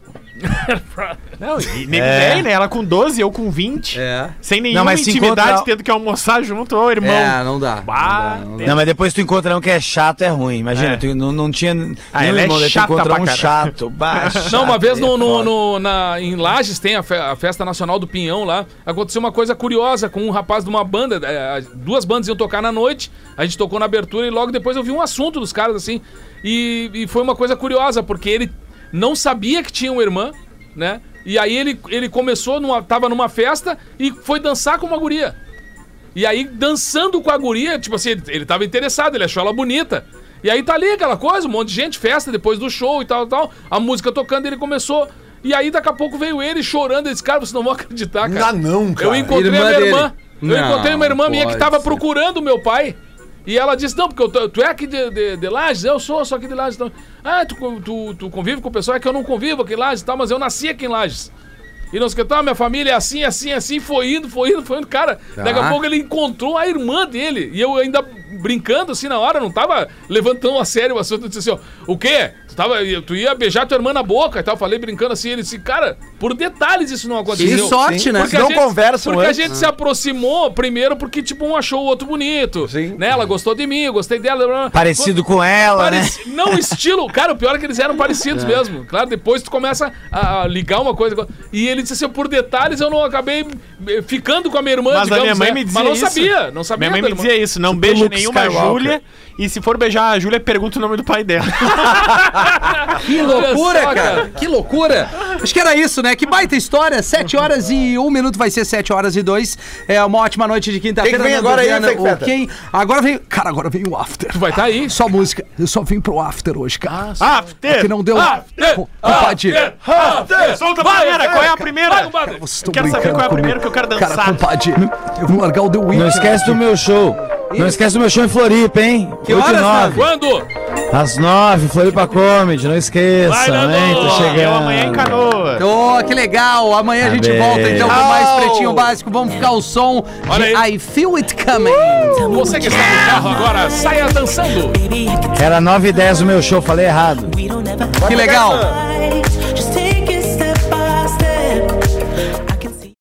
Não, e nego velho, né? Ela com 12, eu com 20.
É.
Sem nenhuma
mas se
intimidade,
encontrar-
tendo que almoçar junto, ô irmão.
É, não dá.
Bah,
não dá, não dá.
tem-
Não, mas depois tu encontra um que é chato, é ruim. Imagina,
É.
tu não, não tinha.
Ah,
nenhum
ela é
irmão, daí
chata
tu encontra
pra
um
caralho.
chato, bah,
Não, uma
chato,
vez no,
é
no-
foda.
no- na, em Lages tem a, fe- a Festa Nacional do Pinhão lá. Aconteceu uma coisa curiosa com um rapaz de uma banda. eh, as Duas bandas iam tocar na noite. A gente tocou na abertura e logo depois eu vi um assunto dos caras assim. E, e foi uma coisa curiosa, porque ele não sabia que tinha uma irmã, né? E aí ele, ele começou, numa, tava numa festa e foi dançar com uma guria. E aí, dançando com a guria, tipo assim, ele, ele tava interessado, ele achou ela bonita. E aí tá ali aquela coisa, um monte de gente, festa depois do show e tal, tal. A música tocando, ele começou. E aí, daqui a pouco veio ele chorando, esse cara, vocês não vão acreditar, cara.
Ah, não, cara.
Eu encontrei
Irmã
a minha
é dele.
irmã. eu
Não,
encontrei uma irmã minha que
pode
tava
ser.
procurando o meu pai. E ela disse, não, porque eu tô- tu é aqui de, de, de Lages? Eu sou, sou aqui de Lages. Então, ah, tu, con- tu, tu convive com o pessoal? É que eu não convivo aqui em Lages e tal, mas eu nasci aqui em Lages. E não sei o que tá, minha família é assim, assim, assim, foi indo, foi indo, foi indo. Cara,
Tá.
daqui a pouco ele encontrou a irmã dele. E eu ainda brincando assim na hora, não tava levantando a sério o assunto. Eu disse assim, ó, o quê? Tu, tava, tu ia beijar tua irmã na boca e tal. Eu Falei brincando assim, ele disse, cara, por detalhes isso não aconteceu.
Que sorte, né?
Porque
Não
a gente,
conversam
Porque
antes.
a gente se aproximou primeiro porque, tipo, um achou o outro bonito.
Sim.
Né? Ela gostou de mim, eu gostei dela. blá, blá, blá.
Parecido com ela, né?
Pareci- Não, estilo. Cara, o pior é que eles eram parecidos mesmo. Claro, depois tu começa a a ligar uma coisa. E ele disse assim: por detalhes eu não acabei eh, ficando com a minha irmã,
Mas a minha mãe
né?
me dizia
Mas não
isso.
sabia, não sabia.
Minha mãe
da
me
irmã.
dizia isso, não beija
Luke
nenhuma
Skywalker.
Júlia. E se for beijar a Júlia, pergunta o nome do pai dela.
Que
Olha
loucura,
só,
cara.
cara.
Que loucura. Acho que era isso, né? Que baita história. 7
Uhum.
horas e 1 minuto vai ser 7 horas e 2. É uma ótima noite de quinta-feira.
Quem que vem
Nando
agora aí,
Viana,
Fake
o
Feta?
quem? Agora vem. Cara, agora vem o after.
Tu vai estar tá aí?
Só música. Eu só vim pro after hoje, cara.
After!
que não deu.
ah,
After,
Com- compadre.
Ah, after,
After! Solta a primeira, qual é a primeira?
Vai, compadre.
Vocês estão
ah. Eu quero saber
brincando
qual é a
comigo.
primeira que eu quero dançar.
Cara, compadre, eu vou largar o The Weeknd.
Não esquece do meu show. Não esquece do meu show em Floripa, hein? Que
horas,
nove.
Quando?
Às nove, Floripa Comedy, não
Vai,
esqueça,
Nando!
né? Tô
Eu
chegando.
amanhã em canoa.
Oh, que legal! Amanhã a gente
Tá bem.
volta então com mais
Au!
Pretinho Básico. Vamos ficar o som de
Olha aí.
I Feel It Coming.
Você que está no carro agora, saia dançando.
Era nove e dez o meu show, falei errado.
Que legal!
Just take